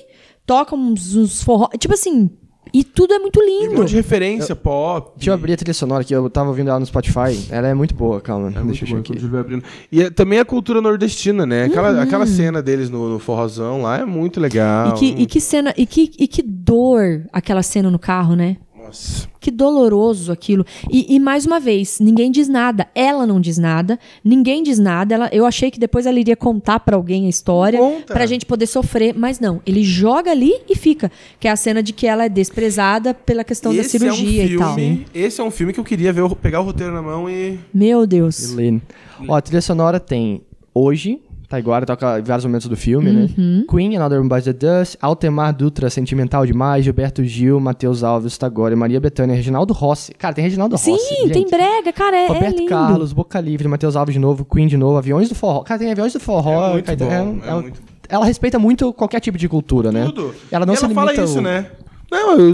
C: toca uns, uns forró. Tipo assim, e tudo é muito
A: Tem um
C: lindo.
A: monte de referência, pop.
B: Deixa eu abrir a trilha sonora aqui, eu tava ouvindo ela no Spotify. Ela é muito boa, calma.
A: É muito
B: deixa eu
A: bom
B: ver aqui.
A: quando o Júlio vai abrindo. E é- também a cultura nordestina, né? Aquela, aquela cena deles no, no forrozão lá é muito legal.
C: E que, e que cena, e que, e que dor aquela cena no carro, né?
A: Nossa.
C: Que doloroso aquilo. E, e mais uma vez, ninguém diz nada. Ela não diz nada. Ninguém diz nada. Ela, eu achei que depois ela iria contar pra alguém a história.
A: Conta.
C: Pra gente poder sofrer. Mas não. Ele joga ali e fica. Que é a cena de que ela é desprezada pela questão da cirurgia
A: é um
C: e tal.
A: filme, Esse é um filme que eu queria ver, o- pegar o roteiro na mão e.
C: Meu Deus.
B: Lane. Ó, a trilha sonora tem Hoje, Taiguara toca em vários momentos do filme, né? Queen, Another One Bites the Dust, Altemar Dutra, Sentimental Demais, Gilberto Gil, Matheus Alves, Tagore, Maria Bethânia, Reginaldo Rossi. Cara, tem Reginaldo
C: Sim,
B: Rossi. gente.
C: tem brega, cara. É, é
B: Roberto
C: lindo.
B: Carlos, Boca Livre, Matheus Alves de novo, Queen de novo, Aviões do Forró. Cara, tem Aviões do Forró.
A: É muito
B: Caetano-
A: bom,
B: um-
A: é
B: um-
A: muito-
B: Ela respeita muito qualquer tipo de cultura, né?
A: Tudo.
B: Ela não
A: e
B: se
A: ela
B: limita um-
A: fala isso,
B: ao-
A: né? Não, eu.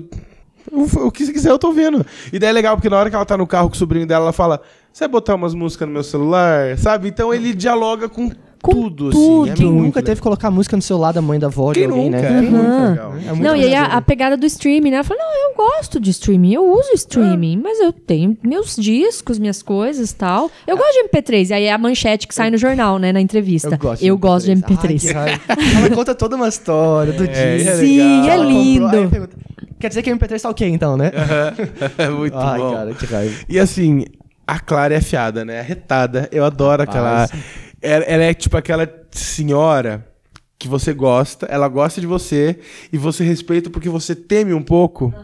A: eu- O que você quiser, eu tô vendo. E daí é legal, porque na hora que ela tá no carro com o sobrinho dela, ela fala: Você vai botar umas músicas no meu celular? Sabe? Então ele dialoga com,
C: Com
A: tudo,
C: tudo.
A: assim. É
B: Quem
A: muito
B: nunca
A: legal.
B: teve que colocar a música no celular da mãe, da avó,
A: Quem
B: de alguém,
A: nunca?
B: né?
A: É muito
C: Aham. um-
A: legal.
B: É muito
C: não, e aí a,
B: verdadeiro.
C: a pegada do streaming, né? Ela falou, não, eu gosto de streaming, eu uso streaming, mas eu tenho meus discos, minhas coisas e tal. Eu gosto de MP3. E aí é a manchete que sai no jornal, né, na entrevista. de MP3.
B: Ai, que raiva. ela conta toda uma história do
A: É,
B: dia.
A: é
C: Sim,
A: legal.
C: é
B: Ela comprou,
C: lindo.
B: aí pergunta, Quer dizer que o MP3 tá ok, então, né?
A: É muito
B: Ai,
A: bom.
B: cara, que raiva.
A: E assim, a Clara é afiada, né? Arretada. Eu adoro
B: Rapaz.
A: aquela. Ela, ela é tipo aquela senhora que você gosta, ela gosta de você e você respeita porque você teme um pouco.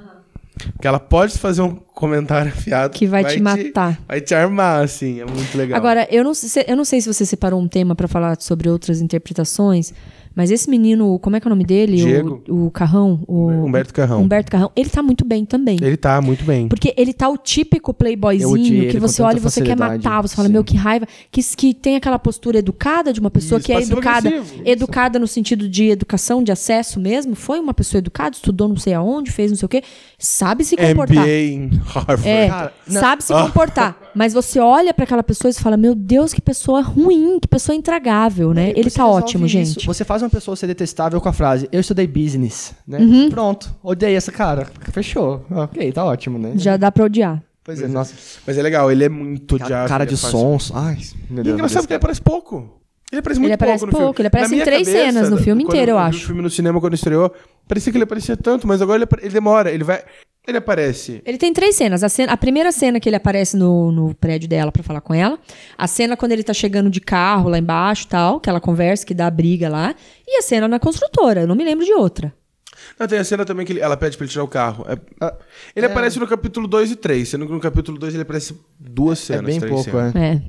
A: Que ela pode fazer um comentário afiado
C: Que vai te matar.
A: Vai te armar, assim. É muito legal.
C: Agora, eu não, se- eu não sei se você separou um tema pra falar sobre outras interpretações, mas esse menino, como é que é o nome dele?
A: Diego?
C: O, o Carrão? O
A: Humberto Carrão.
C: Humberto Carrão. Ele tá muito bem também.
A: Ele tá muito bem.
C: Porque ele tá o típico
B: Eu odiei
C: playboyzinho
B: ele
C: que você
B: com tanta
C: olha e você quer
B: facilidade.
C: matar, você fala,
B: Sim.
C: meu, que raiva. Que, que tem aquela postura educada de uma pessoa
A: Isso,
C: que é educada.
A: passivo-agressivo. Isso.
C: Educada no sentido de educação, de acesso mesmo. Foi uma pessoa educada, estudou não sei aonde, fez não sei o quê. Sabe se comportar.
A: MBA em Harvard.
C: É,
B: Cara, não-
C: sabe se comportar. Mas você olha pra aquela pessoa e você fala, meu Deus, que pessoa ruim, que pessoa intragável, né? Ele
B: É, Você
C: tá
B: resolve
C: ótimo,
B: isso.
C: gente.
B: Você faz uma pessoa ser detestável com a frase, eu estudei business, né?
C: Uhum.
B: Pronto, odeio essa cara. Fechou. Ok, tá ótimo, né?
C: Já dá pra odiar.
B: Pois é, nossa.
A: Mas é legal, ele é muito
B: Ca-
A: odiado,
B: cara
A: ele
B: de
A: é fácil.
B: sons. Ai, meu
A: E é
B: Deus. meu
A: engraçado
B: Deus.
A: que ele aparece pouco. Ele aparece muito
C: Ele aparece
A: pouco no filme.
C: pouco, ele aparece
A: Na
C: em
A: minha
C: três
A: cabeça,
C: cenas no filme
A: quando
C: inteiro, eu
A: vi
C: acho.
A: O filme no cinema quando estreou, parecia que ele aparecia tanto, mas agora ele, apa- ele demora, ele vai, ele aparece.
C: Ele tem três cenas. A, cena- a primeira cena que ele aparece no, no prédio dela pra falar com ela. A cena quando ele tá chegando de carro lá embaixo tal, que ela conversa, que dá a briga lá. E a cena na construtora. Eu não me lembro de outra.
A: Não, tem a cena também que ele- ela pede pra ele tirar o carro. É-
B: Ah,
A: ele aparece no capítulo 2 e 3, sendo que né? no capítulo 2 ele aparece duas
B: É
A: cenas,
B: bem
A: três
B: pouco,
A: cenas.
B: é.
C: É.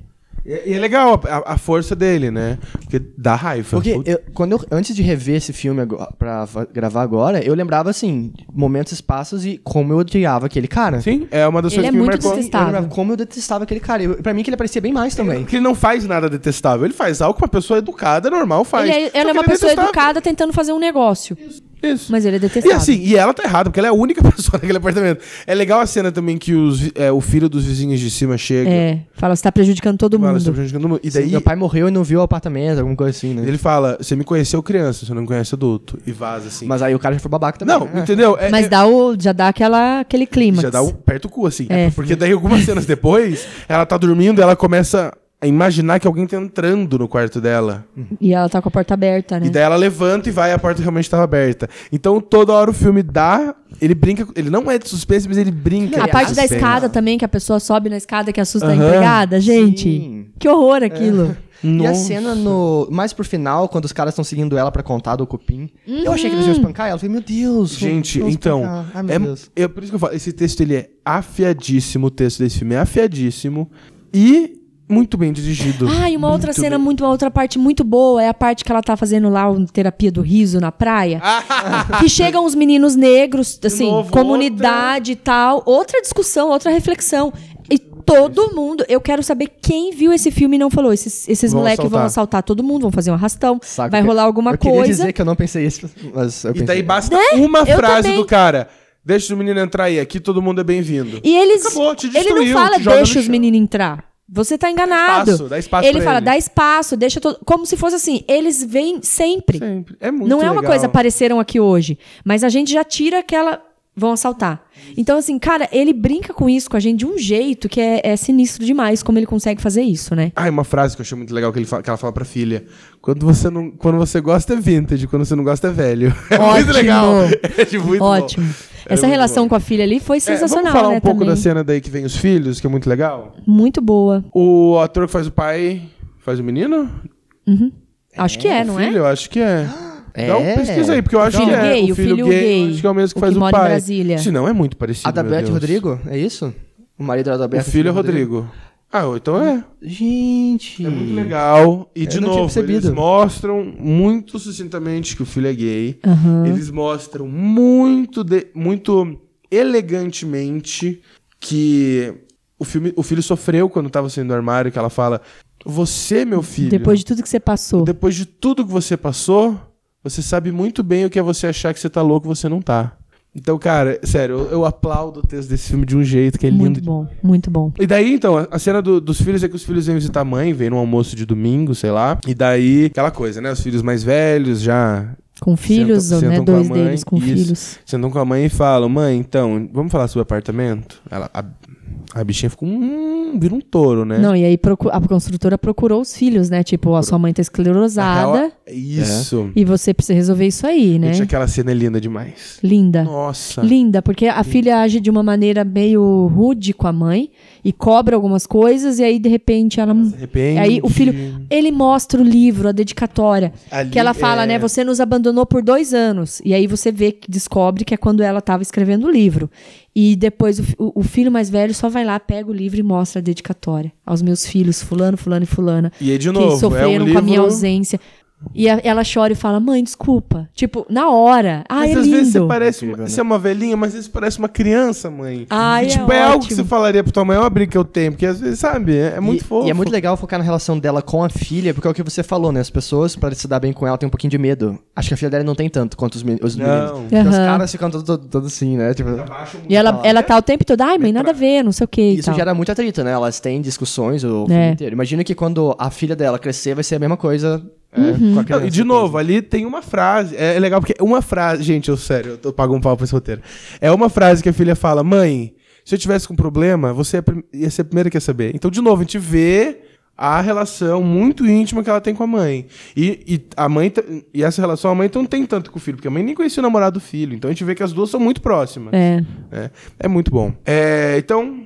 A: E, e é legal a, a força dele, né? Porque dá raiva.
B: Porque
A: Puta,
B: eu- quando eu- antes de rever esse filme agora, pra va- gravar agora, eu lembrava, assim, momentos, espaços e como eu odiava aquele cara.
A: Sim, é uma das
C: Ele
A: coisas
C: é
A: que me
C: muito
A: marcou.
C: desses-
B: Eu lembrava como eu detestava aquele cara. Eu, pra mim, que ele aparecia bem mais também.
A: Porque ele não faz nada detestável. Ele faz algo que uma pessoa educada, normal, faz.
C: Ele é,
A: Só
C: ela é
A: que
C: uma pessoa
A: detestável.
C: educada tentando fazer um negócio.
A: Isso.
C: Mas ele é
A: E
C: detestável.
A: assim, e ela tá errada, porque ela é a única pessoa naquele apartamento. É legal a cena também que os, vi- é, o filho dos vizinhos de cima chega.
C: É, fala, você tá prejudicando todo
A: Fala, "Você tá
C: mundo.
A: prejudicando todo mundo." E daí
B: Meu pai morreu e não viu o apartamento, alguma coisa
C: é
B: assim, né?
A: ele fala: Você me conheceu criança, você não me conhece adulto. E vaza assim.
B: Mas aí o cara já foi babaca também.
A: não,
B: né?
A: entendeu? É-
C: Mas dá o, já dá aquela, aquele clima.
A: Já dá um perto o cu, assim.
C: É.
A: Porque daí, algumas cenas depois, ela tá dormindo e ela começa a imaginar que alguém tá entrando no quarto dela.
C: E ela tá com a porta aberta, né?
A: E daí ela levanta e vai, a porta realmente tava aberta. Então, toda hora o filme dá. Ele brinca. Ele não é de suspense, mas ele brinca.
C: A
A: com
C: parte da
A: suspense.
C: escada também, que a pessoa sobe na escada que assusta a
A: Aham. É.
C: empregada. Gente,
B: Sim.
C: que horror aquilo.
B: E a
A: Nossa.
B: cena no. Mais pro final, quando os caras estão seguindo ela pra contar do cupim. Eu achei que eles iam
C: Uhum.
B: espancar ela. Eu falei, meu Deus. vão-
A: Gente,
B: vão
A: então.
B: espancar. Ai, Ah, meu Deus.
A: É, é por isso que eu falo, esse texto ele é afiadíssimo, o texto desse filme é afiadíssimo e muito bem dirigido.
C: Ah, e uma outra
A: Muito
C: cena,
A: bem.
C: muito, uma outra parte muito boa é a parte que ela tá fazendo lá, o terapia do riso na praia. que chegam os meninos negros, assim,
A: Ah. novo,
C: comunidade e tal. Outra discussão, outra reflexão. E todo mundo, eu quero saber quem viu esse filme e não falou. Esses, esses
A: Vão
C: moleques vão
A: assaltar.
C: assaltar todo mundo, vão fazer um arrastão,
B: Saco
C: vai
B: que-
C: rolar alguma
B: eu
C: coisa.
B: queria dizer que eu não pensei isso, mas eu
A: E
B: pensei.
A: daí basta uma
C: Né? Eu
A: frase
C: também.
A: do cara. Deixa o menino entrar aí, aqui todo mundo é bem-vindo.
C: E eles.
A: Acabou, te
C: ele não
A: destruiu,
C: fala,
A: te joga no
C: deixa os
A: chão.
C: meninos entrar. Você tá enganado.
A: espaço, dá espaço
C: ele
A: pra
C: fala,
A: ele.
C: dá espaço, deixa todo. Como se fosse assim, eles vêm sempre.
A: Sempre. É muito
C: não é uma
A: legal.
C: coisa, apareceram aqui hoje. Mas a gente já tira aquela. Vão assaltar. Então, assim, cara, ele brinca com isso com a gente de um jeito que é, é sinistro demais como ele consegue fazer isso, né?
A: Ah, e uma frase que eu achei muito legal que, ele fala- que ela fala pra filha. Quando você, não, quando você gosta é vintage, quando você não gosta é velho. É muito
C: Ótimo.
A: legal. É de muito bom.
C: Ótimo.
A: É
C: Essa
A: muito
C: relação
A: bom.
C: com a filha ali foi
A: É,
C: sensacional,
A: vamos falar
C: né?
A: um pouco
C: também.
A: da cena daí que vem os filhos, que é muito legal.
C: Muito boa.
A: O ator que faz o pai faz o menino?
C: Acho que é,
A: o
C: não
A: filho,
C: é?
A: eu acho que é.
B: É.
A: Então pesquisa aí, porque eu acho
C: filho
A: que é.
C: gay, o filho gay.
A: eu Acho que é o mesmo que
C: O
A: faz
C: que
A: o
C: mora em
A: pai.
C: Brasília.
A: Se não, é muito parecido.
B: Adalberto
A: meu Deus.
B: Rodrigo? É isso? O marido da
A: O
B: Adalberto.
A: filho é Rodrigo. Ah, então é.
B: Gente.
A: É muito legal. E, de
B: não tinha
A: novo, eles
B: percebido.
A: mostram muito sucintamente que o filho é gay.
C: Aham.
A: Eles mostram muito, de- muito elegantemente que o, filme, o filho sofreu quando tava saindo do armário, que ela fala, você, meu filho...
C: Depois de tudo que você passou.
A: Depois de tudo que você passou, você sabe muito bem o que é você achar que você tá louco e você não tá. Então, cara, sério, eu, eu aplaudo o texto desse filme de um jeito que é lindo.
C: Muito bom, muito bom.
A: E daí, então, a- a cena do- dos filhos é que os filhos vêm visitar a mãe, vêm num almoço de domingo, sei lá. E daí, aquela coisa, né? Os filhos mais velhos já
C: Com filhos,
A: Sentam-
C: né?
A: sentam com a
C: Dois
A: mãe,
C: deles com
A: isso.
C: filhos.
A: sentam com a mãe e falam: Mãe, então, vamos falar sobre o apartamento? Ela, a, a bichinha ficou um. vira um touro, né?
C: Não, e aí procu- a construtora procurou os filhos, né? Tipo, a sua mãe tá
A: Na real,
C: esclerosada
A: Isso.
C: e você precisa resolver isso aí, É. né? É.
A: Gente, aquela cena é linda demais.
C: Linda.
A: Nossa.
C: Linda, porque a filha age de uma maneira meio rude com a mãe e cobra algumas coisas, e aí de repente ela.
A: De repente.
C: Aí o filho. Ele mostra o livro, a dedicatória.
A: Ali,
C: que ela fala,
A: é.
C: né? Você nos abandonou por dois anos. E aí você vê, que- descobre que é quando ela estava escrevendo o livro. E depois o, fi- o- o filho mais velho só vai lá, pega o livro e mostra a dedicatória aos meus filhos, fulano, fulano e fulana,
A: E aí, de
C: que
A: novo, é
C: sofreram
A: um
C: com a minha
A: livro...
C: ausência. E a- ela chora e fala, mãe, desculpa. Tipo, na hora. Ah,
A: mas
C: é
A: às
C: lindo.
A: vezes você parece.
B: Incrível,
A: uma,
B: né?
A: Você é uma velhinha, mas às vezes parece uma criança, mãe.
C: Ai,
A: E,
C: é
A: tipo, é, algo que
C: ótimo.
A: você falaria pra tua mãe, é uma briga que eu tenho. Porque às vezes, sabe, é, é muito
B: e,
A: fofo.
B: e é muito legal focar na relação dela com a filha, porque é o que você falou, né? As pessoas, pra se dar bem com ela, tem um pouquinho de medo. Acho que a filha dela não tem tanto quanto os, meni- os meninos.
A: Não.
B: Porque os
C: Aham.
B: caras ficam todos todo, todo assim, né? Tipo,
C: E ela, ela tá o tempo todo, ai, mãe, nada a ver, não sei o que.
B: isso gera muita treta, né? Elas têm discussões o
C: É.
B: filme inteiro. Imagina que quando a filha dela crescer, vai ser a mesma coisa é,
C: Uhum.
B: com a
A: Não,
B: criança.
A: e de novo, ali tem uma frase. É, é legal porque uma frase. Gente, eu sério, eu, tô- eu pago um pau pra esse roteiro. É uma frase que a filha fala: Mãe, se eu tivesse com problema, você ia prim- ia ser a primeira que ia saber. Então, de novo, a gente vê a relação muito íntima que ela tem com a mãe. E, e a mãe. ta- E essa relação a mãe então não tem tanto com o filho, porque a mãe nem conhecia o namorado do filho. Então a gente vê que as duas são muito próximas.
C: É.
A: É, é muito bom. É, então,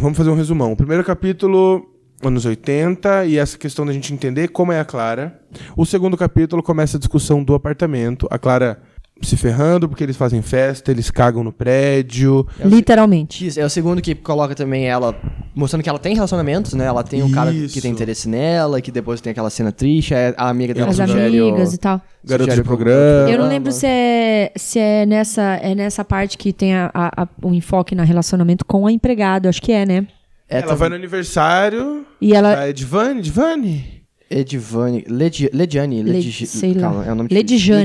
A: vamos fazer um resumão. O primeiro capítulo, anos 80, e essa questão da gente entender como é a Clara. O segundo capítulo começa a discussão do apartamento. A Clara se ferrando porque eles fazem festa, eles cagam no prédio.
B: É o-
C: Literalmente.
B: Isso, é o segundo que coloca também ela mostrando que ela tem relacionamentos, né? Ela tem um cara que
A: Isso.
B: tem interesse nela, que depois tem aquela cena triste, aí a amiga dela
C: As
B: sugere é o-
C: amigas e tal.
A: Garoto
B: sugere
A: de
B: o
A: programa.
C: Eu não lembro se é, se é, nessa, é nessa parte que tem a- a- a- o enfoque no relacionamento com a empregada, acho que é, né?
B: É
A: ela vai no aniversário é
C: E ela.
A: da Edvane, Edvane?
B: Edivane, Ledi, Lediane,
C: Le-
B: Ledi,
C: sei lá.
B: calma, é o nome difícil.
C: Ledijane.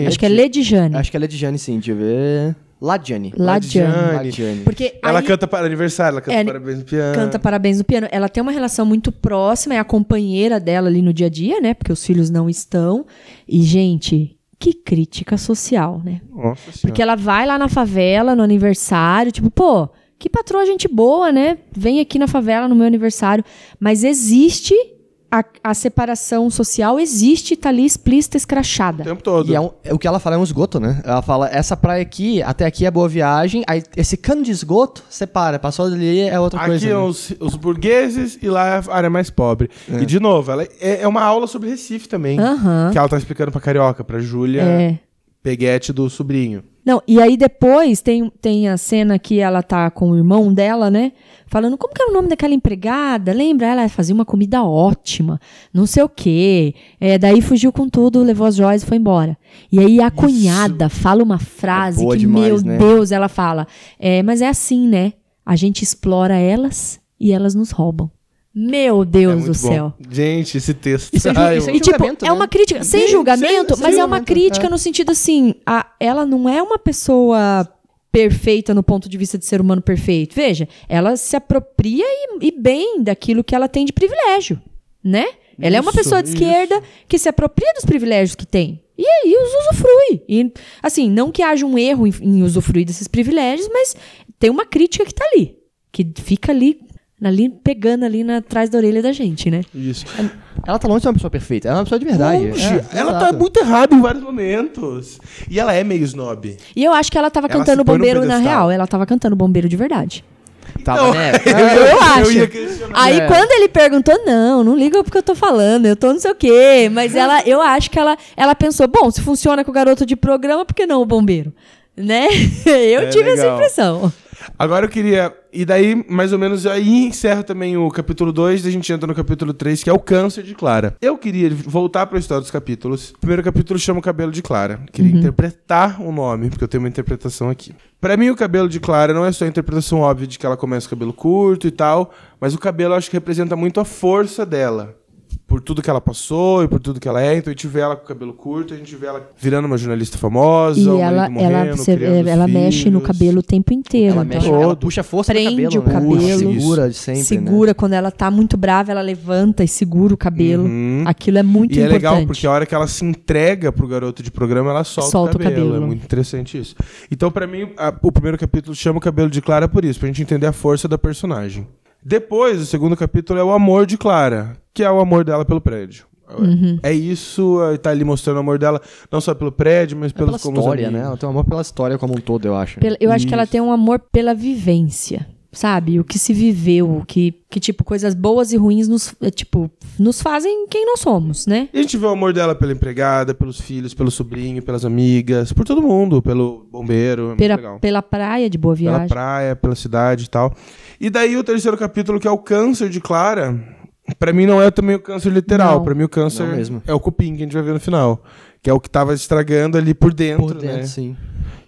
A: Edjane.
C: Acho que é Ledijane.
B: Acho que é Lediane sim, deixa eu ver. Ladiane.
C: Ladiane.
A: Ladiane.
B: Ladiane.
C: Porque
A: Ela
C: aí
A: canta para aniversário, ela canta
C: É,
A: parabéns no piano.
C: canta Parabéns no Piano. Ela tem uma relação muito próxima, é a companheira dela ali no dia a dia, né? Porque os filhos não estão. E, gente, que crítica social, né?
A: Nossa senhora.
C: Porque ela vai lá na favela no aniversário, tipo, pô, que patroa gente boa, né? Vem aqui na favela no meu aniversário. Mas existe a, a separação social, existe, tá ali explícita,
A: O
C: escrachada.
A: tempo todo.
B: E é um- é o que ela fala é um esgoto, né? Ela fala, essa praia aqui, até aqui é boa viagem, aí esse cano de esgoto separa, passou ali é outra
A: Aqui
B: coisa.
A: é
B: né?
A: os, os burgueses e lá é a área mais pobre. E de novo, ela é, é uma aula sobre Recife também.
C: Aham.
A: Que ela tá explicando pra Carioca, pra Júlia
C: É.
A: Peguete do sobrinho.
C: Não, e aí depois tem, tem a cena que ela tá com o irmão dela, né? Falando, como que é o nome daquela empregada? Lembra? Ela fazia uma comida ótima, não sei o quê. É, daí fugiu com tudo, levou as joias e foi embora. E aí a cunhada fala uma frase
B: É boa
C: que,
B: demais,
C: meu
B: né?
C: Deus, ela fala. É, mas é assim, né? A gente explora elas e elas nos roubam. Meu
A: é
C: Deus
A: muito
C: do
A: bom.
C: céu.
A: Gente, esse texto. Ah,
B: Isso é ju-
A: Ai,
B: isso
A: eu-
B: Sem
C: E, tipo,
B: julgamento,
C: é
B: né?
C: uma crítica, sem
A: Sem-
C: julgamento,
A: sem- sem
C: mas é uma
A: julgamento,
C: crítica no sentido assim, a- ela não é uma pessoa perfeita no ponto de vista de ser humano perfeito. Veja, ela se apropria e, e bem daquilo que ela tem de privilégio, né? Ela é uma
A: Isso,
C: pessoa de
A: isso.
C: esquerda que se apropria dos privilégios que tem. E aí os usufrui. E, assim, não que haja um erro em, em usufruir desses privilégios, mas tem uma crítica que tá ali. Que fica ali, ali pegando ali na, atrás da orelha da gente, né?
A: Isso.
B: Ela tá longe de ser uma pessoa perfeita, ela é uma pessoa de verdade.
A: Longe.
B: É,
A: ela tá
B: exato.
A: muito errada em vários momentos. E ela é meio snob.
C: E eu acho que ela tava
A: Ela
C: cantando
A: se põe no
C: bombeiro na
A: pedestal.
C: real. Ela tava cantando bombeiro de verdade.
B: Tava, né?
C: Ah, Eu, acho.
A: ia questionar.
C: Aí
B: É.
C: quando ele perguntou, não, não liga porque eu tô falando, eu tô não sei o quê. Mas ela, eu acho que ela, ela pensou, bom, se funciona com o garoto de programa, por que não o bombeiro? Né? Eu
A: É
C: tive essa
A: legal.
C: impressão.
A: Agora eu queria. E daí, mais ou menos, aí encerra também o capítulo 2, daí a gente entra no capítulo 3, que é o câncer de Clara. Eu queria voltar pra história dos capítulos. O primeiro capítulo chama o cabelo de Clara. Queria
C: Uhum.
A: interpretar o nome, porque eu tenho uma interpretação aqui. Pra mim, o cabelo de Clara não é só a interpretação óbvia de que ela começa com cabelo curto e tal, mas o cabelo eu acho que representa muito a força dela. Por tudo que ela passou e por tudo que ela é. Então a gente vê ela com o cabelo curto, a gente vê ela virando uma jornalista famosa,
C: E
A: o
C: ela,
A: marido
C: ela,
A: morrendo,
C: você-
A: criando
C: ela
A: os
C: mexe no
A: filhos.
C: cabelo o tempo inteiro.
B: Ela
C: então
B: mexe,
A: Todo.
B: ela puxa a força do
C: Prende
B: cabelo,
C: o
B: né?
C: cabelo.
B: Ela segura
A: né?
B: sempre, né?
C: segura quando ela tá muito brava, ela levanta e segura o cabelo. Aquilo é muito
A: E é
C: importante.
A: legal porque a hora que ela se entrega pro garoto de programa, ela solta,
C: Solta o
A: o, cabelo.
C: cabelo.
A: É muito interessante isso. Então, pra mim, a- o primeiro capítulo chama o cabelo de Clara por isso, pra gente entender a força da personagem. Depois, o segundo capítulo é o amor de Clara, que é o amor dela pelo prédio.
C: Uhum.
A: É isso, eh, tá ali mostrando o amor dela, não só pelo prédio, mas
B: É pela
A: pelos comuns
B: história, né?
A: amigos.
B: Ela tem um amor pela história como um todo, eu acho.
C: Pela- eu acho que ela tem um amor pela vivência, sabe? O que se viveu, o que, que tipo, coisas boas e ruins nos, é, tipo, nos fazem quem nós somos,
B: é
C: né?
A: E a gente vê o amor dela pela empregada, pelos filhos, pelo sobrinho, pelas amigas, por todo mundo, pelo bombeiro. é muito
C: Pela,
A: legal.
C: pela praia de Boa
A: pela
C: Viagem.
A: praia, pela cidade e tal. E daí o terceiro capítulo, que é o câncer de Clara, pra mim não é também o câncer literal,
C: Não.
A: pra mim o câncer
B: Não mesmo.
A: é o cupim que a gente vai ver no final, que é o que tava estragando ali por dentro,
B: Por dentro,
A: né?
B: sim.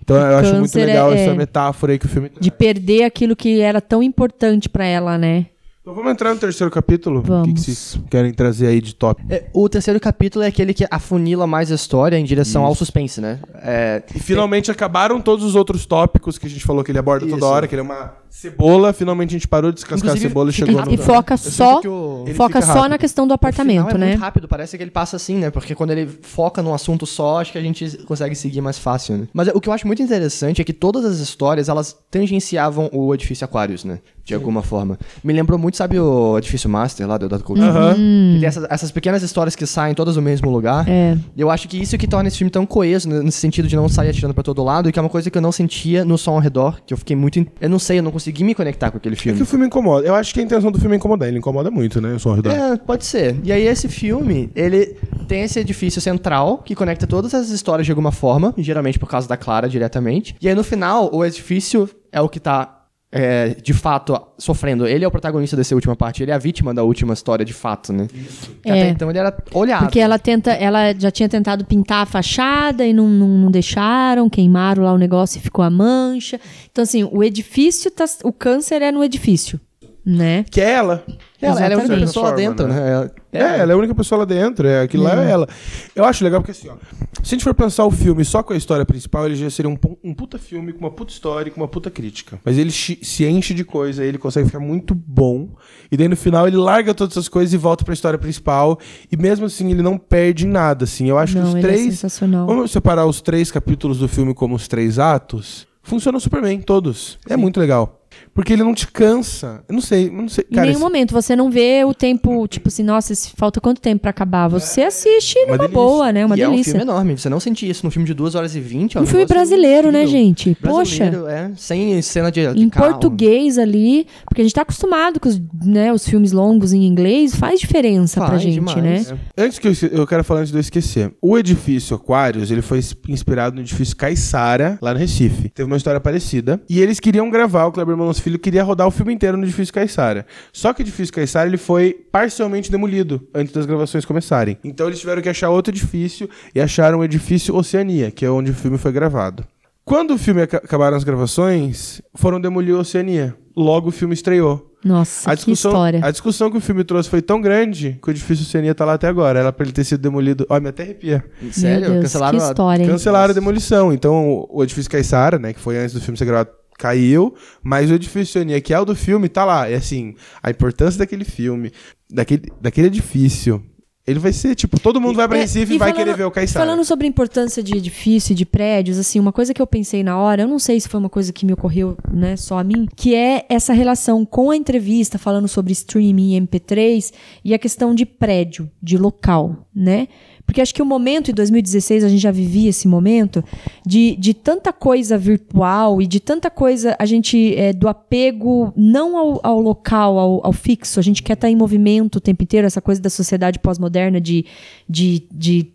A: Então eu acho muito
C: câncer
A: legal
C: é-
A: essa
C: é-
A: metáfora aí que o filme
B: é.
A: traz.
C: De perder aquilo que era tão importante pra ela, né?
A: Então vamos entrar no terceiro capítulo? O que
C: Vamos.
A: que vocês querem trazer aí de top?
B: É, o terceiro capítulo é aquele que afunila mais a história em direção ao suspense, né? É,
A: E finalmente acabaram todos os outros tópicos que a gente falou que ele aborda
B: Isso.
A: toda hora, que ele é uma cebola, finalmente a gente parou de descascar
B: Inclusive,
A: a cebola e
B: fica-
A: chegou
C: E,
A: no...
C: e foca
B: sinto
C: só,
B: que o-
A: Ele
C: foca
A: fica
C: só
A: rápido.
C: na questão do
B: O
C: apartamento,
B: final é
C: né?
B: muito rápido, parece que ele passa assim, né? Porque quando ele foca num assunto só, acho que a gente consegue seguir mais fácil, né? Mas é, o que eu acho muito interessante é que todas as histórias, elas tangenciavam o edifício Aquarius, né? De alguma forma. Me lembrou muito, sabe, o edifício Master lá do Dado Coutinho?
C: Uhum.
A: Aham.
B: Que tem essas, essas pequenas histórias que saem todas do mesmo lugar.
C: É.
B: E eu acho que isso que torna esse filme tão coeso, né, nesse sentido de não sair atirando pra todo lado, e que é uma coisa que eu não sentia no som ao redor, que eu fiquei muito. in- Eu não sei, eu não consegui me conectar com aquele
A: É
B: filme.
A: que o filme incomoda. um Eu acho que a intenção do filme é incomodar. Ele incomoda muito, né? Eu sou ao redor.
B: É, pode ser. E aí esse filme, ele tem esse edifício central que conecta todas as histórias de alguma forma, geralmente por causa da Clara diretamente. E aí no final, o edifício é o que tá. é, de fato, sofrendo. Ele é o protagonista dessa última parte, ele é a vítima da última história, de fato, né? Que
C: É.
B: Até então ele era olhado.
C: Porque ela tenta, ela já tinha tentado pintar a fachada e não, não, não deixaram, queimaram lá o negócio e ficou a mancha. Então, assim, o edifício tá. O câncer é no edifício, né?
A: Que é ela.
B: Ela, ela é a única
A: Exatamente.
B: pessoa lá dentro,
A: Transforma,
B: né? Ela-
A: É, ela é a única pessoa lá dentro. É, aquilo lá
C: Uhum.
A: é ela. Eu acho legal porque assim, ó. Se a gente for pensar o filme só com a história principal, ele já seria um, pu- um puta filme com uma puta história e com uma puta crítica. Mas ele chi- se enche de coisa, ele consegue ficar muito bom. E daí no final ele larga todas essas coisas e volta pra história principal. E mesmo assim ele não perde em nada, assim. Eu acho
C: não,
A: que os
C: ele é
A: três.
C: sensacional.
A: Vamos separar os três capítulos do filme como os três atos? Funcionam super bem, todos. É muito legal. Porque ele não te cansa. Eu não sei, eu não sei.
C: Em
A: Cara,
C: nenhum
A: esse-
C: momento você não vê o tempo, tipo assim, nossa, esse- falta quanto tempo pra acabar? Você assiste numa
A: É, delícia.
C: boa, né? Uma
B: e é um
C: delícia.
B: filme enorme. Você não sentia isso num filme de 2 horas e 20. é
C: um filme
B: negócio
C: brasileiro, né,
B: incrível.
C: gente? Poxa.
B: Brasileiro, é. Sem cena de, de
C: em
A: né?
B: carro.
C: português ali, porque a gente tá acostumado com os, né, os filmes longos em inglês, faz diferença pra
B: Faz
C: gente,
B: demais. É.
C: né?
A: Antes que eu, esque- eu quero falar antes de eu esquecer. O edifício Aquarius, ele foi ins- inspirado no edifício Caixara, lá no Recife. Teve uma história parecida. E eles queriam gravar, o Kleber Manos Filho queria rodar o filme inteiro no edifício Caixara. Só que o edifício Caixara, ele foi parcialmente demolido antes das gravações começarem. Então eles tiveram que achar outro edifício e acharam o edifício Oceania, que é onde o filme foi gravado. Quando o filme aca- acabaram as gravações, foram demolir a Oceania. Logo o filme estreou.
C: Nossa,
A: A
C: que
A: discussão,
C: história.
A: a discussão que o filme trouxe foi tão grande que o edifício Oceania tá lá até agora. Era pra ele ter sido demolido. Olha, me até arrepia.
B: Sério?
C: Meu Deus,
B: Cancelaram
C: que
B: a-
C: história, hein?
A: Cancelaram a demolição. Então, o o edifício Caissara, né, que foi antes do filme ser gravado, caiu. Mas o edifício Oceania, que é o do filme, tá lá. E assim, a importância daquele filme, daquele, daquele edifício. Ele vai ser, tipo, todo mundo vai pra
C: É,
A: Recife e vai querer ver o Caissara.
C: Falando sobre a importância de edifício e de prédios, assim, uma coisa que eu pensei na hora, eu não sei se foi uma coisa que me ocorreu, né, só a mim, que é essa relação com a entrevista falando sobre streaming e MP3 e a questão de prédio, de local, né? Porque acho que o momento, em 2016, a gente já vivia esse momento de, de tanta coisa virtual e de tanta coisa, a gente, é, do apego não ao, ao local, ao, ao fixo, a gente quer estar em movimento o tempo inteiro, essa coisa da sociedade pós-moderna de, de, de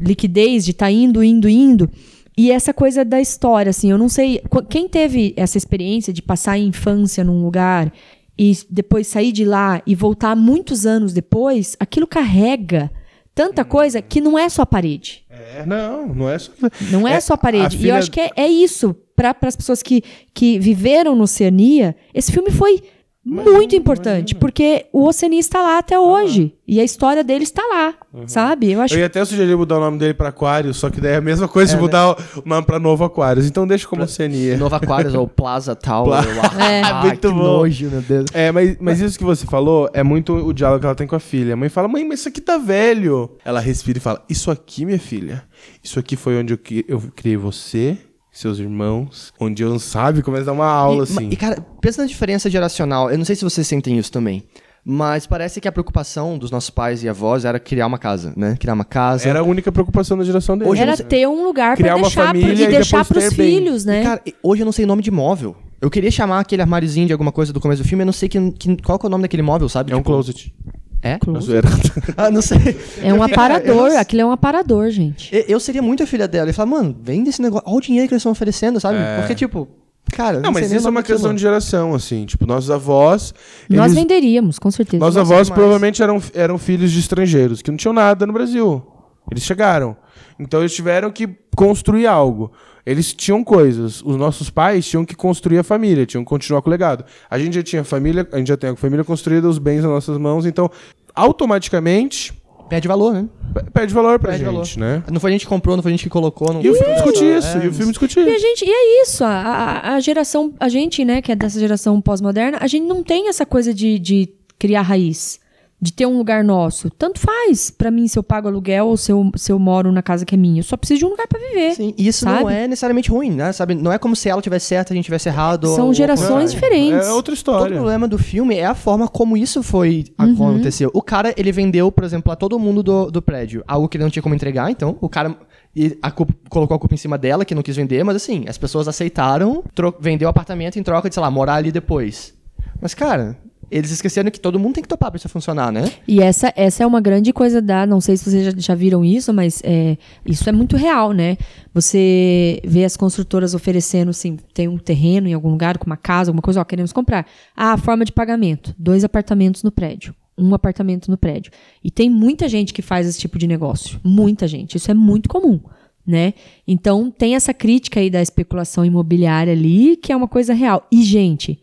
C: liquidez, de estar indo, indo, indo. E essa coisa da história, assim, eu não sei. qu- Quem teve essa experiência de passar a infância num lugar e s- depois sair de lá e voltar muitos anos depois, aquilo carrega tanta coisa que não é só a parede.
A: É, não, não é só.
C: Não é,
A: É,
C: só a
A: a
C: parede. E eu
A: filha-
C: acho que é, é isso. Para as pessoas que, que viveram no Oceania, esse filme foi muito importante. Porque o Oceania está lá até hoje. E a história dele está lá. Sabe? Eu acho né?
A: Eu ia até sugerir mudar o nome dele pra Aquário, só que daí é a mesma coisa de mudar o- o nome pra Novo Aquários. Então deixa como Oceania.
B: Nova Aquarius ou Plaza Tower.
C: É.
B: Ah,
A: Muito
B: que
A: bom.
B: nojo, meu Deus.
A: É, mas, mas isso que você falou é muito o diálogo que ela tem com a filha. A mãe fala, mãe, mas isso aqui tá velho. Ela respira e fala, isso aqui, minha filha, isso aqui foi onde eu, cri- eu criei você, seus irmãos, onde eu não sabe, começa a dar uma aula,
B: e, ma-
A: assim.
B: e, cara, pensa na diferença geracional. Eu não sei se vocês sentem isso também. Mas parece que a preocupação dos nossos pais e avós era criar uma casa, né? Criar uma casa.
A: Era a única preocupação da geração dele.
B: Hoje
C: era ter um lugar
A: Criar
C: para
A: uma
C: deixar pro-
A: família
C: e
A: e
C: deixar
A: depois
C: para os
A: ter bem.
C: filhos, né?
B: E, cara, e- hoje eu não sei nome de móvel. Eu queria chamar aquele armáriozinho de alguma coisa do começo do filme, eu não sei que, que- qual que é o nome daquele móvel, sabe?
A: É um
B: Tipo,
A: closet.
B: É?
A: Na zoeira.
B: Ah, não sei.
C: é um
B: Eu fiquei- cara, eu
C: aparador.
B: não-
C: Aquilo é um aparador, gente.
B: Eu, eu seria muito a filha dela. E falar, mano, vende esse negócio. Olha o dinheiro que eles estão oferecendo, sabe? Porque, tipo, cara. eu
A: É. Não, mas
B: sei nem
A: isso é
B: o nome
A: uma questão
B: daquilo.
A: de geração, assim. Tipo, nossos avós...
C: Nós
A: eles-
C: venderíamos, com certeza.
A: Nossos
B: Nossa,
A: avós
B: demais.
A: provavelmente eram, eram filhos de estrangeiros, que não tinham nada no Brasil. Eles chegaram. Então eles tiveram que construir algo. Eles tinham coisas. Os nossos pais tinham que construir a família, tinham que continuar com o legado. A gente já tinha família, a gente já tem a família construída, os bens nas nossas mãos, então automaticamente
B: Perde valor, né?
A: pe- perde valor pra
B: Perde
A: gente, né?
B: Não foi a gente que comprou, não foi a gente que colocou. Não...
A: E o filme discute isso,
B: É,
A: e o filme discute
C: E a
A: isso.
C: gente, e é isso, a, a, a geração, a gente, né, que é dessa geração pós-moderna, a gente não tem essa coisa de, de criar raiz, de ter um lugar nosso. Tanto faz pra mim se eu pago aluguel ou se eu, se eu moro na casa que é minha. Eu só preciso de um lugar pra viver.
B: Sim, e isso não
C: Sabe?
B: é necessariamente ruim, né? Sabe? Não é como se ela tivesse certa e a gente tivesse errado. ou-
C: São
B: ou-
C: gerações
B: Cara,
C: diferentes.
A: É outra
B: Todo o
A: história.
B: problema do filme é a forma como isso foi
C: Uhum.
B: aconteceu. O cara, ele vendeu, por exemplo, a todo mundo do, do prédio algo que ele não tinha como entregar, então o cara e a culpa- colocou a culpa em cima dela, que não quis vender, mas assim, as pessoas aceitaram, tro- vendeu o apartamento em troca de, sei lá, morar ali depois. Mas, cara, eles esqueceram que todo mundo tem que topar pra isso funcionar, né?
C: E essa, essa é uma grande coisa da. Não sei se vocês já, já viram isso, mas é, isso é muito real, né? Você vê as construtoras oferecendo, assim, tem um terreno em algum lugar, com uma casa, alguma coisa, ó, queremos comprar. Ah, a forma de pagamento: dois apartamentos no prédio. Um apartamento no prédio. E tem muita gente que faz esse tipo de negócio. Muita gente. Isso é muito comum né? Então tem essa crítica aí da especulação imobiliária ali, que é uma coisa real. E gente,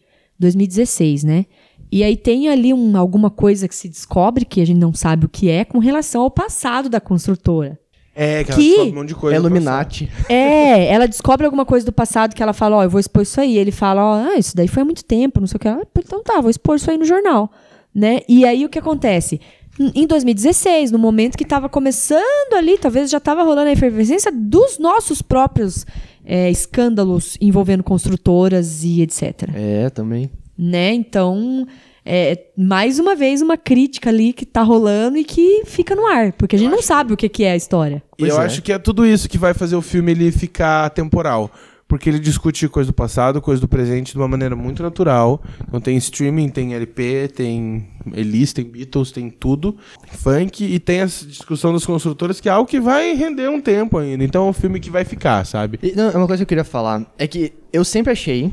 C: 2016, né? E aí tem ali um, alguma coisa que se descobre que a gente não sabe o que é com relação ao passado da construtora.
A: É, que,
C: Que-
A: ela descobre um monte de coisa.
B: é
A: no
B: Illuminati.
C: É, ela descobre alguma coisa do passado que ela fala, ó, eu vou expor isso aí. Ele fala, ó, ah, isso daí foi há muito tempo, não sei o que. Ah, então tá, vou expor isso aí no jornal, né? E aí o que acontece? Em- Em 2016, no momento que estava começando ali, talvez já estava rolando a efervescência dos nossos próprios é, escândalos envolvendo construtoras e etc.
B: É, também.
C: Né? Então, é, mais uma vez, uma crítica ali que tá rolando e que fica no ar, porque a gente não sabe o que, que é a história.
A: E eu
B: Pois é.
A: acho que é tudo isso que vai fazer o filme ele ficar temporal. Porque ele discute coisa do passado, coisa do presente de uma maneira muito natural. Então tem streaming, tem LP, tem Elis, tem Beatles, tem tudo. Funk e tem essa discussão das construtoras que é algo que vai render um tempo ainda. Então é um filme que vai ficar, sabe?
B: E, não, é uma coisa que eu queria falar é que eu sempre achei,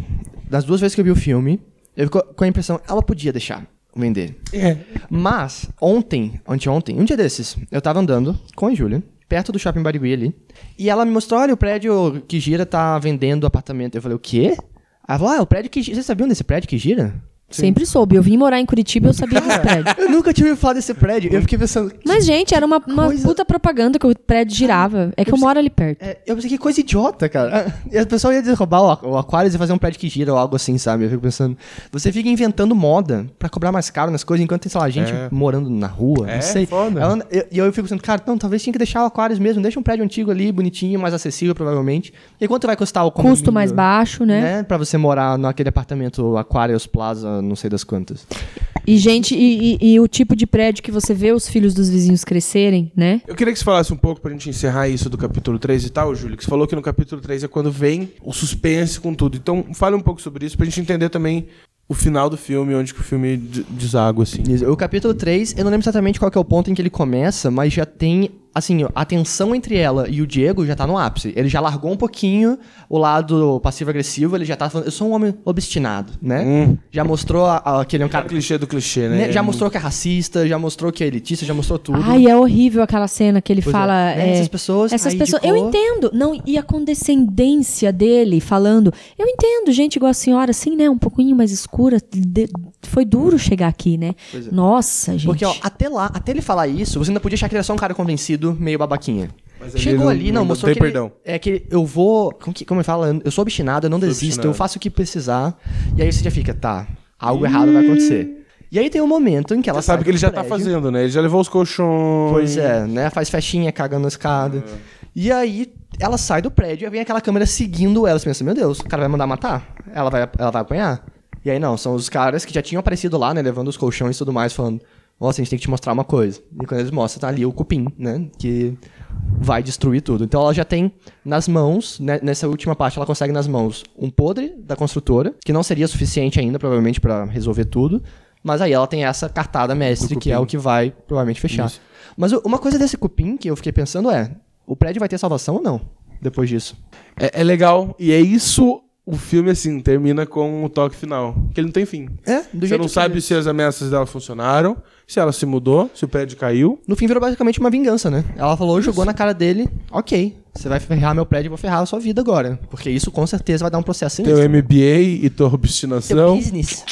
B: das duas vezes que eu vi o filme, eu fico com a impressão, ela podia deixar vender. Mas, ontem, anteontem, um dia desses, eu tava andando com a Júlia, perto do shopping Barigui ali, e ela me mostrou, olha, o prédio que gira tá vendendo apartamento. Eu falei, o quê? Ela falou, ah, o prédio que gira, vocês sabiam desse prédio que gira?
C: Sempre soube. Eu vim morar em Curitiba, eu sabia desse prédio.
B: Eu nunca tinha ouvido falar desse prédio, eu fiquei pensando... que-
C: Mas, gente, era uma, uma
B: Coisa-
C: puta propaganda que o prédio girava. É que eu moro ali perto.
B: é, eu pensei que coisa idiota, cara. Ah, E o pessoal ia derrubar o, Aqu- o Aquarius e fazer um prédio que gira ou algo assim, sabe? Eu fico pensando, você fica inventando moda pra cobrar mais caro nas coisas, enquanto tem, sei lá, gente
A: É.
B: morando na rua,
A: É,
B: não sei.
A: foda.
B: Ela- eu- E eu, fico pensando, cara, não, talvez tinha que deixar o Aquarius mesmo, deixa um prédio antigo ali, bonitinho, mais acessível, provavelmente. E quanto vai custar o condomínio?
C: Custo mais baixo, né?
B: Né? Pra você morar naquele apartamento Aquarius Plaza, não sei das quantas.
C: E, gente, e, e- e o tipo de prédio que você vê os filhos dos vizinhos crescerem, né?
A: Eu queria que você falasse um pouco pra gente encerrar isso do capítulo 3 e tal, Júlio, que você falou que no capítulo 3 é quando vem o suspense com tudo. Então, fale um pouco sobre isso pra gente entender também o final do filme, onde que o filme d- deságua, assim.
B: Isso. O capítulo 3, eu não lembro exatamente qual que é o ponto em que ele começa, mas já tem, assim, a tensão entre ela e o Diego já tá no ápice. Ele já largou um pouquinho o lado passivo-agressivo, ele já tá falando, eu sou um homem obstinado, né?
A: Hum.
B: Já mostrou a- a- que ele é um
A: Cara,
B: cara...
A: clichê do clichê, né?
B: né? Já
A: É
B: mostrou que é racista, já mostrou que é elitista, já mostrou tudo.
C: Ai, é horrível aquela cena que ele
B: Pois é.
C: fala.
B: Né,
C: é,
B: essas pessoas,
C: essas
B: aí
C: pessoas.
B: de
C: Eu
B: cor.
C: entendo. Não, e a condescendência dele falando. Eu entendo, gente igual a senhora, assim, né? Um pouquinho mais escura. de- foi duro chegar aqui, né? Nossa, gente.
B: é. Porque, ó, até lá, até ele falar isso, você ainda podia achar que ele era só um cara convencido, meio babaquinha.
A: Mas ele
B: Chegou
A: não-
B: ali, não,
A: não
B: mostrou
A: tem
B: que ele-
A: perdão.
B: é que ele- eu vou, como, que, como ele fala, eu sou obstinado, eu não desisto,
A: obstinado.
B: eu faço o que precisar. E aí você já fica, tá, algo errado vai acontecer. E aí tem um momento em que ela
A: Você sabe
B: sai
A: que ele
B: do
A: já tá
B: prédio,
A: fazendo, né? Ele já levou os colchões.
B: Pois é, né? Faz festinha, caga na escada. E aí ela sai do prédio e vem aquela câmera seguindo ela. Você pensa, meu Deus, o cara vai mandar matar? Ela vai, ela vai apanhar? E aí não, são os caras que já tinham aparecido lá, né? Levando os colchões e tudo mais, falando, nossa, a gente tem que te mostrar uma coisa. E quando eles mostram, tá ali o cupim, né? Que vai destruir tudo. Então ela já tem nas mãos, né, nessa última parte, ela consegue nas mãos um podre da construtora, que não seria suficiente ainda, provavelmente, pra resolver tudo. Mas aí ela tem essa cartada mestre, que é o que vai provavelmente fechar. Mas o- uma coisa desse cupim que eu fiquei pensando é: o prédio vai ter salvação ou não? Depois disso.
A: É, é legal. E é isso. O filme, assim, termina com o toque final. Que ele não tem fim.
B: É, do
A: Você não sabe se as ameaças dela funcionaram, se ela se mudou, se o prédio caiu.
B: No fim virou basicamente uma vingança, né? Ela falou, jogou na cara dele: ok, você vai ferrar meu prédio, eu vou ferrar a sua vida agora. Porque isso com certeza vai dar um processo
A: Teu
B: sinistro.
A: MBA e tua
B: Teu
A: obstinação.
B: business.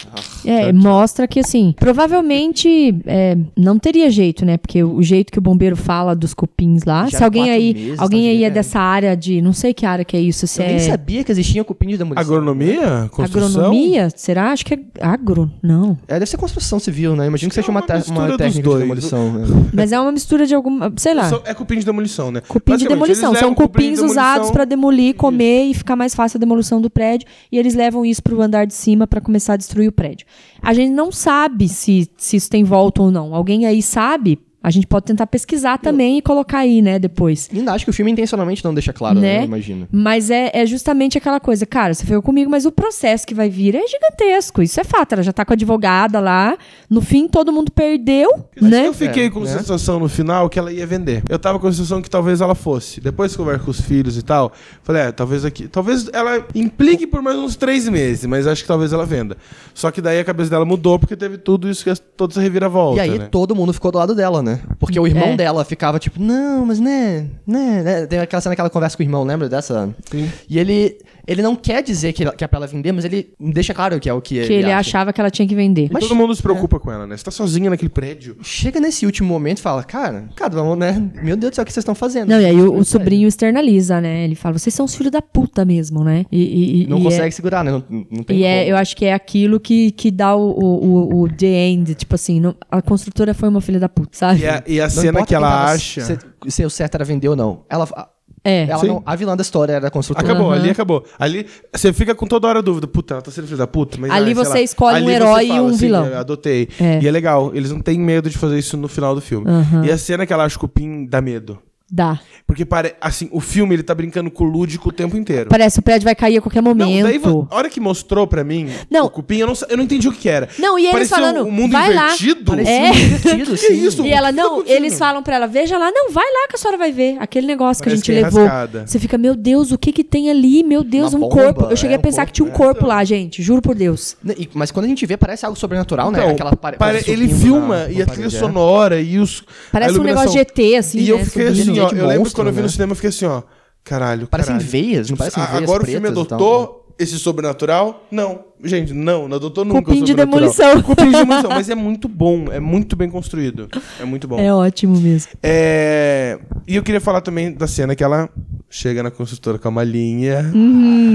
C: É, mostra que assim, provavelmente é, não teria jeito, né? Porque o jeito que o bombeiro fala dos cupins lá,
B: Já
C: se alguém
B: quatro
C: aí,
B: meses,
C: alguém
B: tá
C: aí é
B: gigante.
C: dessa área de, não sei que área que é isso, se
B: Eu nem
C: é
B: sabia que existia um cupim de demolição.
A: Agronomia? Construção?
C: agronomia, será? Acho que é agro, não.
B: É, deve ser construção civil, né? Imagino que
A: Acho
B: seja
A: que é
B: uma,
A: uma
B: te- uma
A: mistura dos
B: técnica de
A: dois.
B: demolição. né?
C: Mas é uma mistura de alguma, sei lá.
A: São- É cupim de demolição, né?
C: Cupim de
A: Basicamente,
C: demolição.
A: eles
C: São
A: levam cupim de
C: cupins
A: demolição-
C: usados pra demolir, comer e ficar mais fácil a demolição do prédio. E eles levam isso pro andar de cima pra começar a destruir o prédio. A gente não sabe se, se isso tem volta ou não. Alguém aí sabe? A gente pode tentar pesquisar também e colocar aí, né, depois.
B: Ainda acho que o filme intencionalmente não deixa claro, né?
C: Né?
B: Imagina.
C: Mas é, é justamente aquela coisa, cara, você foi comigo, mas o processo que vai vir é gigantesco. Isso é fato. Ela já tá com a advogada lá. No fim, todo mundo perdeu,
A: Mas
C: né?
A: eu fiquei
B: É,
A: com a
B: né?
A: sensação no final que ela ia vender. Eu tava com a sensação que talvez ela fosse. Depois que eu conversei com os filhos e tal, falei, é, talvez aqui. Talvez ela implique por mais uns três meses, mas acho que talvez ela venda. Só que daí a cabeça dela mudou porque teve tudo isso, que é- toda essa reviravolta.
B: E aí
A: né?
B: todo mundo ficou do lado dela, né? Porque o irmão
C: É.
B: dela ficava tipo, não, mas né, né, né. Tem aquela cena que ela conversa com o irmão, lembra dessa?
A: Sim.
B: E ele, ele não quer dizer que, que é pra ela vender, mas ele deixa claro que é o que,
C: Que ele
B: acha.
C: achava que ela tinha que vender.
A: E
B: Mas- é.
A: todo mundo se preocupa com ela, né? Você tá sozinha naquele prédio.
B: Chega nesse último momento e fala, cara, cara, vamos, né? Meu Deus do céu, o que vocês estão fazendo?
C: Não, e aí
A: é
C: o, o
B: Sério.
C: sobrinho externaliza, né? Ele fala, vocês são os filhos da puta mesmo, né? E, e- e-
B: Não
C: e é-
B: consegue segurar, né? Não, não tem
C: E é,
B: como.
C: eu acho que é aquilo que, que dá o, o, o- o the end. Tipo assim, não- a construtora foi uma filha da puta, sabe?
A: E é- a, e a
B: Não
A: cena
B: importa
A: que ela
B: quem tava
A: acha.
B: Se, se o certo era vender ou não. Ela, a-
C: É.
B: ela
A: Sim.
B: não- a vilã da história era a construtora.
A: Acabou, ali
C: Aham.
A: acabou. Ali você fica com toda hora a dúvida. Puta, ela tá sendo filha da puta. Mas,
C: Ali
A: ai, sei
C: você
A: lá.
C: escolhe um
A: Ali você
C: herói e um
A: assim,
C: vilão.
A: eu adotei.
C: É.
A: E é legal, eles não têm medo de fazer isso no final do filme.
C: Aham.
A: E a cena que ela acha o cupim dá medo.
C: Dá.
A: Porque pare... assim, o filme ele tá brincando com o lúdico o tempo inteiro.
C: Parece que o prédio vai cair a qualquer
A: Não, daí, vo-
C: momento.
A: a hora que mostrou pra mim
C: Não.
A: o cupim, eu não, sa- eu não entendi o que era.
C: Não, e eles
A: Parecia
C: falando,
A: um mundo
C: vai lá.
A: invertido.
B: Parecia um
C: É.
B: divertido,
A: Que isso?
C: E
A: O
C: ela,
A: que tá
C: não,
A: acontecendo?
C: eles falam pra ela, veja lá, não, vai lá que a senhora vai ver. Aquele negócio que a
A: Parece
C: gente
A: que é
C: levou.
A: enrascada.
C: Você fica, meu Deus, o que que tem ali? Meu Deus,
B: Uma
C: um
B: bomba,
C: corpo. Eu cheguei
A: né?
B: é,
C: a
B: um
C: pensar
B: corpo,
C: que tinha um corpo lá, gente, juro por Deus.
B: Né, E- Mas quando a gente vê, parece algo sobrenatural, né?
A: Então,
B: Aquela pare-
A: pare-
B: parece
A: ele
B: subindo
A: filma
B: na-
A: e
B: na
A: a trilha
B: parede, é.
A: sonora e os. a
C: Parece um
A: iluminação.
C: negócio de ET, assim,
A: E
C: né?
A: eu fiquei
C: subindo.
A: assim, ó.
B: Gente,
A: Eu lembro
B: monstro,
A: quando eu vi
B: né?
A: no cinema, eu fiquei assim, ó. Caralho,
B: Parecem
A: caralho.
B: veias, não parecem
A: Ah,
B: veias
A: Agora o
B: pretas
A: filme
B: e tal, né?
A: adotou esse sobrenatural? Não. Gente, não, não adotou nunca
C: Cupim
A: o
C: de
A: sobrenatural.
C: demolição.
A: Cupim de demolição. Mas é muito bom, é muito bem construído. É muito bom.
C: É ótimo mesmo.
A: É, E eu queria falar também da cena que ela chega na construtora com a malinha.
C: Hum.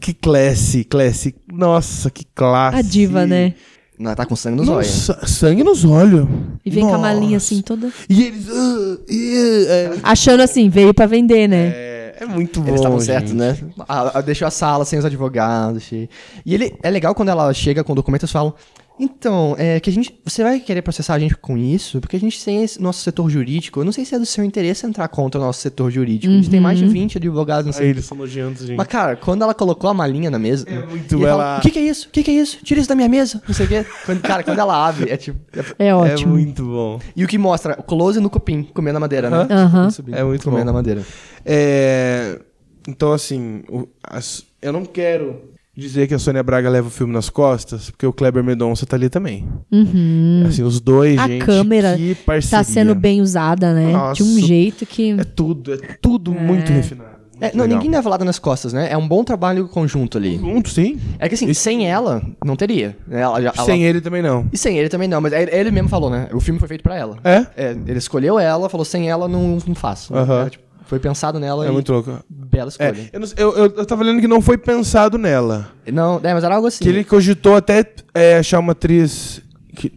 A: Que classe, classe. Nossa, que classe.
C: Uhum. A diva, né?
B: Não, tá com sangue nos olhos.
A: Nossa, sangue nos olhos.
C: E vem com a malinha
A: Nossa.
C: assim toda.
A: E eles. ah, e, ah,
C: Achando assim, veio pra vender, né?
A: é, é muito bom.
B: Eles estavam
A: gente.
B: certos, né? A- a- deixou a sala sem os advogados. che- E ele é legal quando ela chega com documentos e falam. Então, é que a gente. Você vai querer processar a gente com isso? Porque a gente tem esse nosso setor jurídico. Eu não sei se é do seu interesse entrar contra o nosso setor jurídico. A gente tem mais de 20 advogados, não
A: Aí
B: sei.
A: eles são nojentos, gente.
B: Mas, cara, quando ela colocou a malinha na mesa.
A: É muito
B: e ele
A: ela-
B: fala, O que, que é isso? O que, que é isso? Tira isso da minha mesa. Não sei o quê. Quando- cara, quando ela abre, é tipo. é-
C: É
A: É
C: ótimo.
A: muito bom.
B: E o que mostra? O close no cupim, comendo a madeira, né?
C: Aham.
A: É muito
B: comendo
A: bom.
B: a madeira.
A: É, Então, assim, o- as- eu não quero dizer que a Sônia Braga leva o filme nas costas, porque o Kleber Mendonça tá ali também. Assim, os dois,
C: Hum. A
A: gente,
C: câmera
A: que parceria.
C: Uhum. Tá sendo bem usada, né?
A: Nossa.
C: De um jeito que.
A: É tudo, é tudo muito refinado.
B: É, não, ninguém leva lado nas costas, né? É um bom trabalho conjunto ali.
A: Junto, sim.
B: É que assim, sem ela, não teria. né? Ela já- ela-
A: Sem ele também não.
B: E sem ele também não, mas ele, ele mesmo falou, né? O filme foi feito pra ela.
A: É?
B: ele escolheu ela, falou, sem ela não, não faço.
A: Aham.
B: Era, tipo, foi pensado nela
A: É
B: e
A: muito louco. É,
B: bela escolha.
A: eu, não sei- eu, eu, eu tava lendo que não foi pensado nela.
B: Não, é, mas era algo assim.
A: Que ele cogitou até é, achar uma atriz que,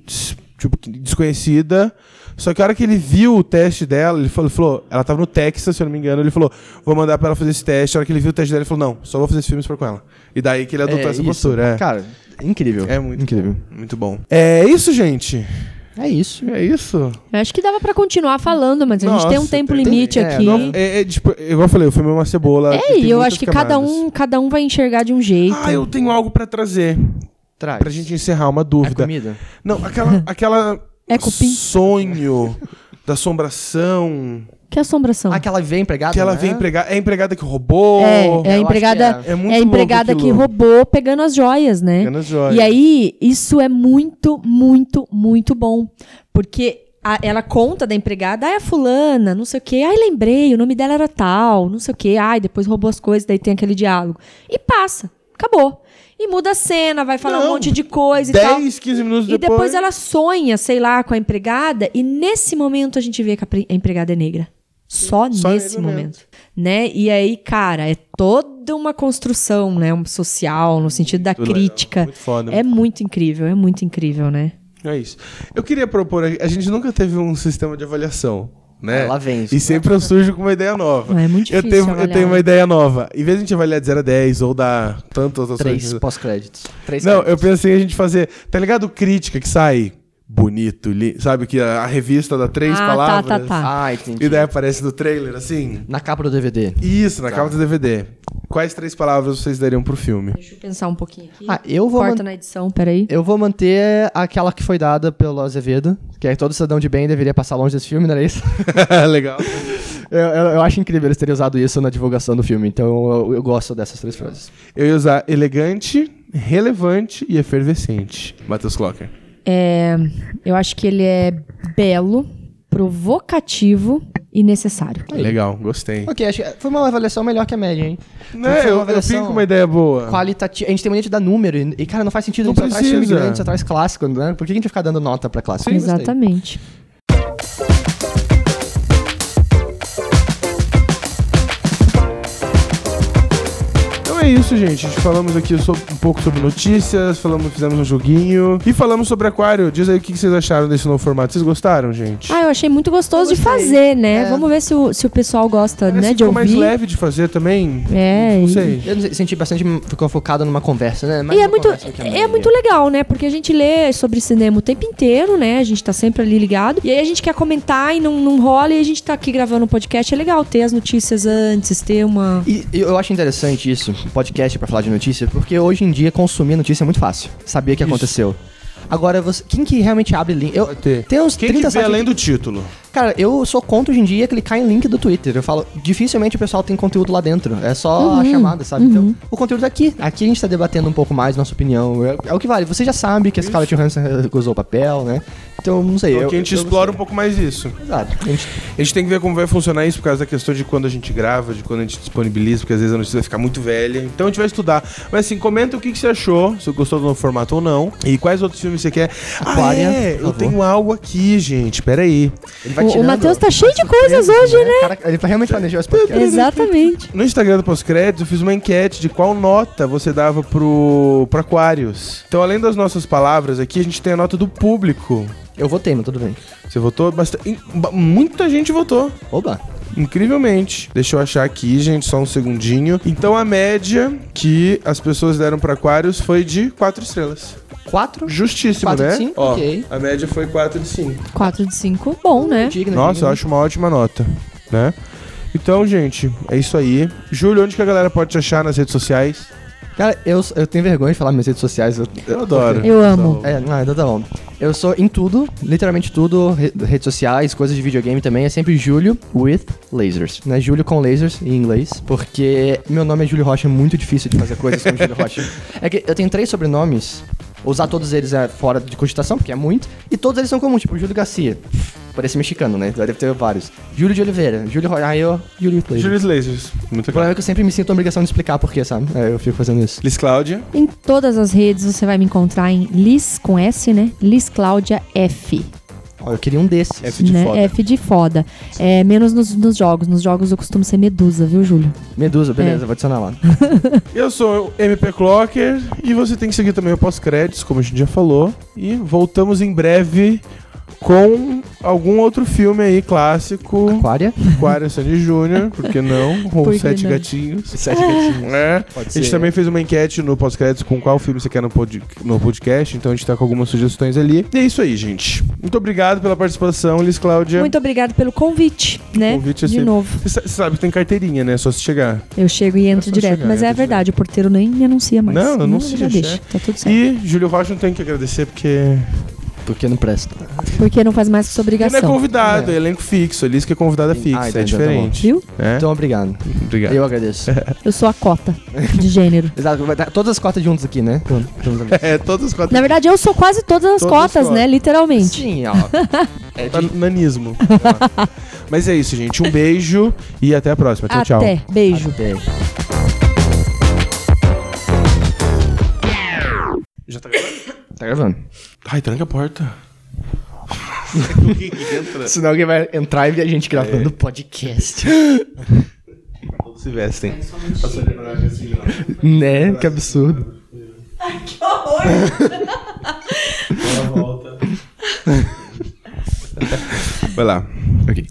A: tipo, que desconhecida. Só que a hora que ele viu o teste dela, ele falou, ele falou- ela tava no Texas, se eu não me engano, ele falou, vou mandar pra ela fazer esse teste. A hora que ele viu o teste dela, ele falou, não, só vou fazer esse filme se for com ela. E daí que ele adotou
B: É
A: essa
B: isso.
A: postura. É,
B: Cara, incrível.
A: é muito
B: incrível.
A: bom, Muito bom. É isso, gente.
B: É isso.
A: É isso.
C: Eu acho que dava pra continuar falando, mas a
A: Nossa,
C: gente tem um tempo
A: tem-
C: limite
B: tem- é,
C: aqui.
B: não-
A: É, é, tipo, igual eu falei, o filme é uma cebola. que
C: É,
A: tem
C: e eu
A: muitas
C: acho que cada
A: camadas.
C: um, cada um vai enxergar de um jeito.
A: Ah, eu tenho algo pra trazer.
B: Traz.
A: Pra gente encerrar uma
B: É
A: dúvida.
B: comida?
A: Não, aquela, aquela
C: É cupim?
A: sonho da assombração
C: Que assombração.
B: Ah, que ela vem empregada,
A: que ela
B: né?
A: vem empregada. É a empregada que roubou.
C: É, é a
B: Eu acho que
C: empregada,
A: é. É muito
C: é a empregada
A: louco
C: que
A: aquilo.
C: roubou pegando as joias, né?
B: É
A: Pegando as joias.
C: E aí, isso é muito, muito, muito bom. Porque a- ela conta da empregada, ai, a fulana, não sei o quê, ai, lembrei, o nome dela era tal, não sei o quê, ai, depois roubou as coisas, daí tem aquele diálogo. E passa, acabou. E muda a cena, vai falar um
A: Não,
C: monte de coisa e tal.
A: 10, 15 minutos
C: E
A: depois.
C: depois ela sonha, sei lá, com a empregada, e nesse momento a gente vê que a pre- a empregada é negra. Só,
A: Só
C: nesse
A: nesse
C: momento. Né? E aí, cara, é toda uma construção, né? Um social, no sentido da
A: Muito legal,
C: crítica.
A: muito foda.
C: É muito incrível, é muito incrível, né?
A: É isso. Eu queria propor, aqui- a gente nunca teve um sistema de avaliação, né?
B: Ah, Ela É, vem.
A: E sempre eu surjo com uma ideia nova.
C: Ah, é muito
A: eu
C: difícil
A: tenho, eu
C: avaliar,
A: tenho uma
C: né?
A: ideia nova. Em vez de a gente avaliar de 0 a 10 ou dar tantas outras
B: Três
A: coisas-
B: pós-créditos. Três
A: Não, eu
B: créditos.
A: pensei a gente fazer, tá ligado? Crítica que sai bonito, li- sabe? Que a, a revista dá três
C: Ah, tá,
A: palavras.
C: tá, tá.
B: Ah,
A: E
B: entendi.
A: daí aparece no trailer, assim.
B: Na capa do DVD.
A: Isso,
B: Tá.
A: na capa do DVD. Quais três palavras vocês dariam pro filme?
C: Deixa eu pensar um pouquinho aqui.
B: Ah, eu vou,
C: Corta
B: man-
C: na edição, peraí.
B: eu vou manter aquela que foi dada pelo Azevedo, que é todo cidadão de bem deveria passar longe desse filme, não era isso?
A: Legal.
B: Eu, eu- eu acho incrível eles terem usado isso na divulgação do filme, então eu, eu gosto dessas três frases.
A: Eu ia usar elegante, relevante e efervescente. Matheus Clocker.
C: É, eu acho que ele é belo, provocativo e necessário.
A: Legal, gostei.
B: Ok, acho que foi uma avaliação melhor que a média, hein?
A: Né,
B: foi
A: eu,
B: uma
A: eu
B: avaliação-
A: vim com uma ideia
C: Ah.
A: boa.
B: Qualitativa. A gente tem mania de dar número, e, e, cara, não faz sentido, a
A: Não
B: gente só traz filme
A: precisa.
B: grande, só traz clássico, né? Por que a gente fica dando nota pra clássico? Eu gostei.
C: Exatamente.
A: Então é isso, gente. A gente falamos aqui so- um pouco sobre notícias, falamos, fizemos um joguinho e falamos sobre aquário. Diz aí o que que vocês acharam desse novo formato. Vocês gostaram, gente?
C: Ah, eu achei muito gostoso
B: Eu
C: de
B: gostei.
C: fazer, né?
B: É.
C: Vamos ver se o, se o pessoal gosta,
A: Parece
C: né,
A: que
C: de
A: ficou mais
C: ouvir.
A: leve de fazer também.
C: É,
A: Não
C: e-
A: sei.
B: Eu não sei, senti bastante, ficou focado numa conversa, né? Mais
C: E é
B: uma
C: muito,
B: conversa do que a
C: é
B: média.
C: muito legal, né? Porque a gente lê sobre cinema o tempo inteiro, né? A gente tá sempre ali ligado. E aí a gente quer comentar e não, não rola. E a gente tá aqui gravando um podcast. É legal ter as notícias antes, ter uma.
B: E eu acho interessante isso, um podcast pra falar de notícia, porque hoje em dia consumir notícia é muito fácil. Saber o que aconteceu. Agora, você, quem que realmente abre link? Eu,
A: ter.
B: tem uns
A: Quem
B: 30
A: que vê
B: sites
A: além
B: que-
A: do título?
B: Cara, eu sou contra hoje em dia clicar em link do Twitter. Eu falo, dificilmente o pessoal tem conteúdo lá dentro. É só
C: Uhum.
B: a chamada, sabe? Então, o conteúdo daqui. Aqui a gente tá debatendo um pouco mais nossa opinião. É, é o que vale. Você já sabe que a Scarlett Johansson recusou o papel, né? Então, não sei.
A: Então
B: eu-
A: aqui a gente
B: eu-
A: explora um pouco mais isso.
B: Exato. A gente-
A: A gente tem que ver como vai funcionar isso por causa da questão de quando a gente grava, de quando a gente disponibiliza, porque às vezes a notícia vai ficar muito velha. Então a gente vai estudar. Mas assim, comenta o que, que você achou, se gostou do novo formato ou não, e quais outros filmes você quer. Ah,
B: Aquária,
A: é, eu
B: por favor.
A: tenho algo aqui, gente. Peraí.
B: ele vai
C: O, o
B: tirando
C: Matheus tá cheio de
B: as surpresas,
C: coisas hoje, né?
B: Cara, ele realmente planejou esse podcast.
C: Exatamente.
A: No Instagram do Pós-Crédito, eu fiz uma enquete de qual nota você dava pro, pro Aquarius. Então, além das nossas palavras aqui, a gente tem a nota do público.
B: Eu votei, mas tudo bem.
A: Você votou? Basta... in- ba- Muita gente votou.
B: Oba!
A: Incrivelmente. Deixa eu achar aqui, gente, só um segundinho. Então a média que as pessoas deram pra Aquarius foi de 4 estrelas.
B: Quatro?
A: Justíssimo,
B: Quatro de
A: né?
B: cinco?
A: Ó,
B: Ok.
A: A média foi 4 de 5.
C: 4 de 5. Bom, né?
B: Digno,
A: Nossa,
B: digno.
A: eu acho uma ótima nota, né? Então, gente, é isso aí. Júlio, onde que a galera pode te achar nas redes sociais?
B: Cara, eu, eu tenho vergonha de falar minhas redes sociais. Eu,
A: Eu adoro.
C: Eu amo.
B: É, não, ainda tá bom. Eu sou em tudo, literalmente tudo, re- redes sociais, coisas de videogame também, é sempre Júlio with lasers, né? Júlio com lasers em inglês, porque meu nome é Júlio Rocha, é muito difícil de fazer coisas com Júlio Rocha. É que eu tenho três sobrenomes, usar todos eles é fora de cogitação, porque é muito, e todos eles são comuns, tipo Júlio Garcia, parece mexicano, né? Deve ter vários. Júlio de Oliveira, Júlio Rocha, aí eu, Júlio with lasers.
A: Júlio Lasers. Muito
B: O problema
A: legal.
B: é que eu sempre me sinto a obrigação de explicar porquê, sabe? É, eu fico fazendo isso.
A: Liz Cláudia.
C: Em todas as redes você vai me encontrar em Liz com S, né? Liz Cláudia F.
B: Ó, eu queria um desses.
A: F de
C: né?
A: foda.
C: F de foda. É, menos nos, nos jogos. Nos jogos eu costumo ser medusa, viu, Júlio?
B: Medusa, beleza, vou adicionar lá.
A: Eu sou o MP Clocker e você tem que seguir também o pós-créditos, como a gente já falou. E voltamos em breve com algum outro filme aí clássico.
B: Aquária?
A: Aquário Sandy Júnior, porque não? Ou
C: Por que
A: Sete
C: não?
A: Gatinhos.
B: é, né? Sete gatinhos.
A: É.
B: Pode
A: A gente
B: ser.
A: também fez uma enquete no pós-créditos com qual filme você quer no, pod- no podcast, então a gente tá com algumas sugestões ali. E é isso aí, gente. Muito obrigado pela participação, Liz Cláudia.
C: Muito obrigada pelo convite, né?
A: Convite é
C: de
A: sempre-
C: novo.
A: Você sa- você sabe que tem carteirinha, né? Só se chegar.
C: Eu chego e entro
A: só
C: direto.
A: chegar,
C: mas é
A: entra
C: verdade, o porteiro nem me anuncia mais.
A: Não, é.
C: não
A: anuncia,
C: Já deixa.
A: chefe.
C: Tá tudo certo.
A: E Júlio Rocha não tem que agradecer, porque
B: Porque não presta.
C: Porque não faz mais que sua
A: Ele não é
C: obrigação.
A: convidado, é elenco fixo. Ele diz que é convidada fixa,
B: Ah,
A: é
B: entendi,
A: diferente.
C: Viu?
A: É?
B: Então, obrigado.
A: Obrigado.
B: Eu agradeço.
C: Eu sou a cota de gênero.
B: Exato, vai dar todas as cotas juntas aqui, né? Todas as-
A: É, todos os quatro.
C: Na verdade, eu sou quase todas as
A: Todas as
C: cotas,
A: cotas.
C: né? Literalmente.
B: Sim, ó. É de-
A: Nan- tá Nanismo. Sei lá. Mas é isso, gente. Um beijo e até a próxima. Tchau, tchau.
C: Até. Beijo.
B: Beijo.
A: Já tá gravando?
B: Tá gravando.
A: Ai, tranca a porta.
B: Senão alguém vai entrar e ver a gente gravando podcast.
A: É. Todos se vestem. assim,
B: né? Que absurdo.
A: Vai lá.
B: Ok.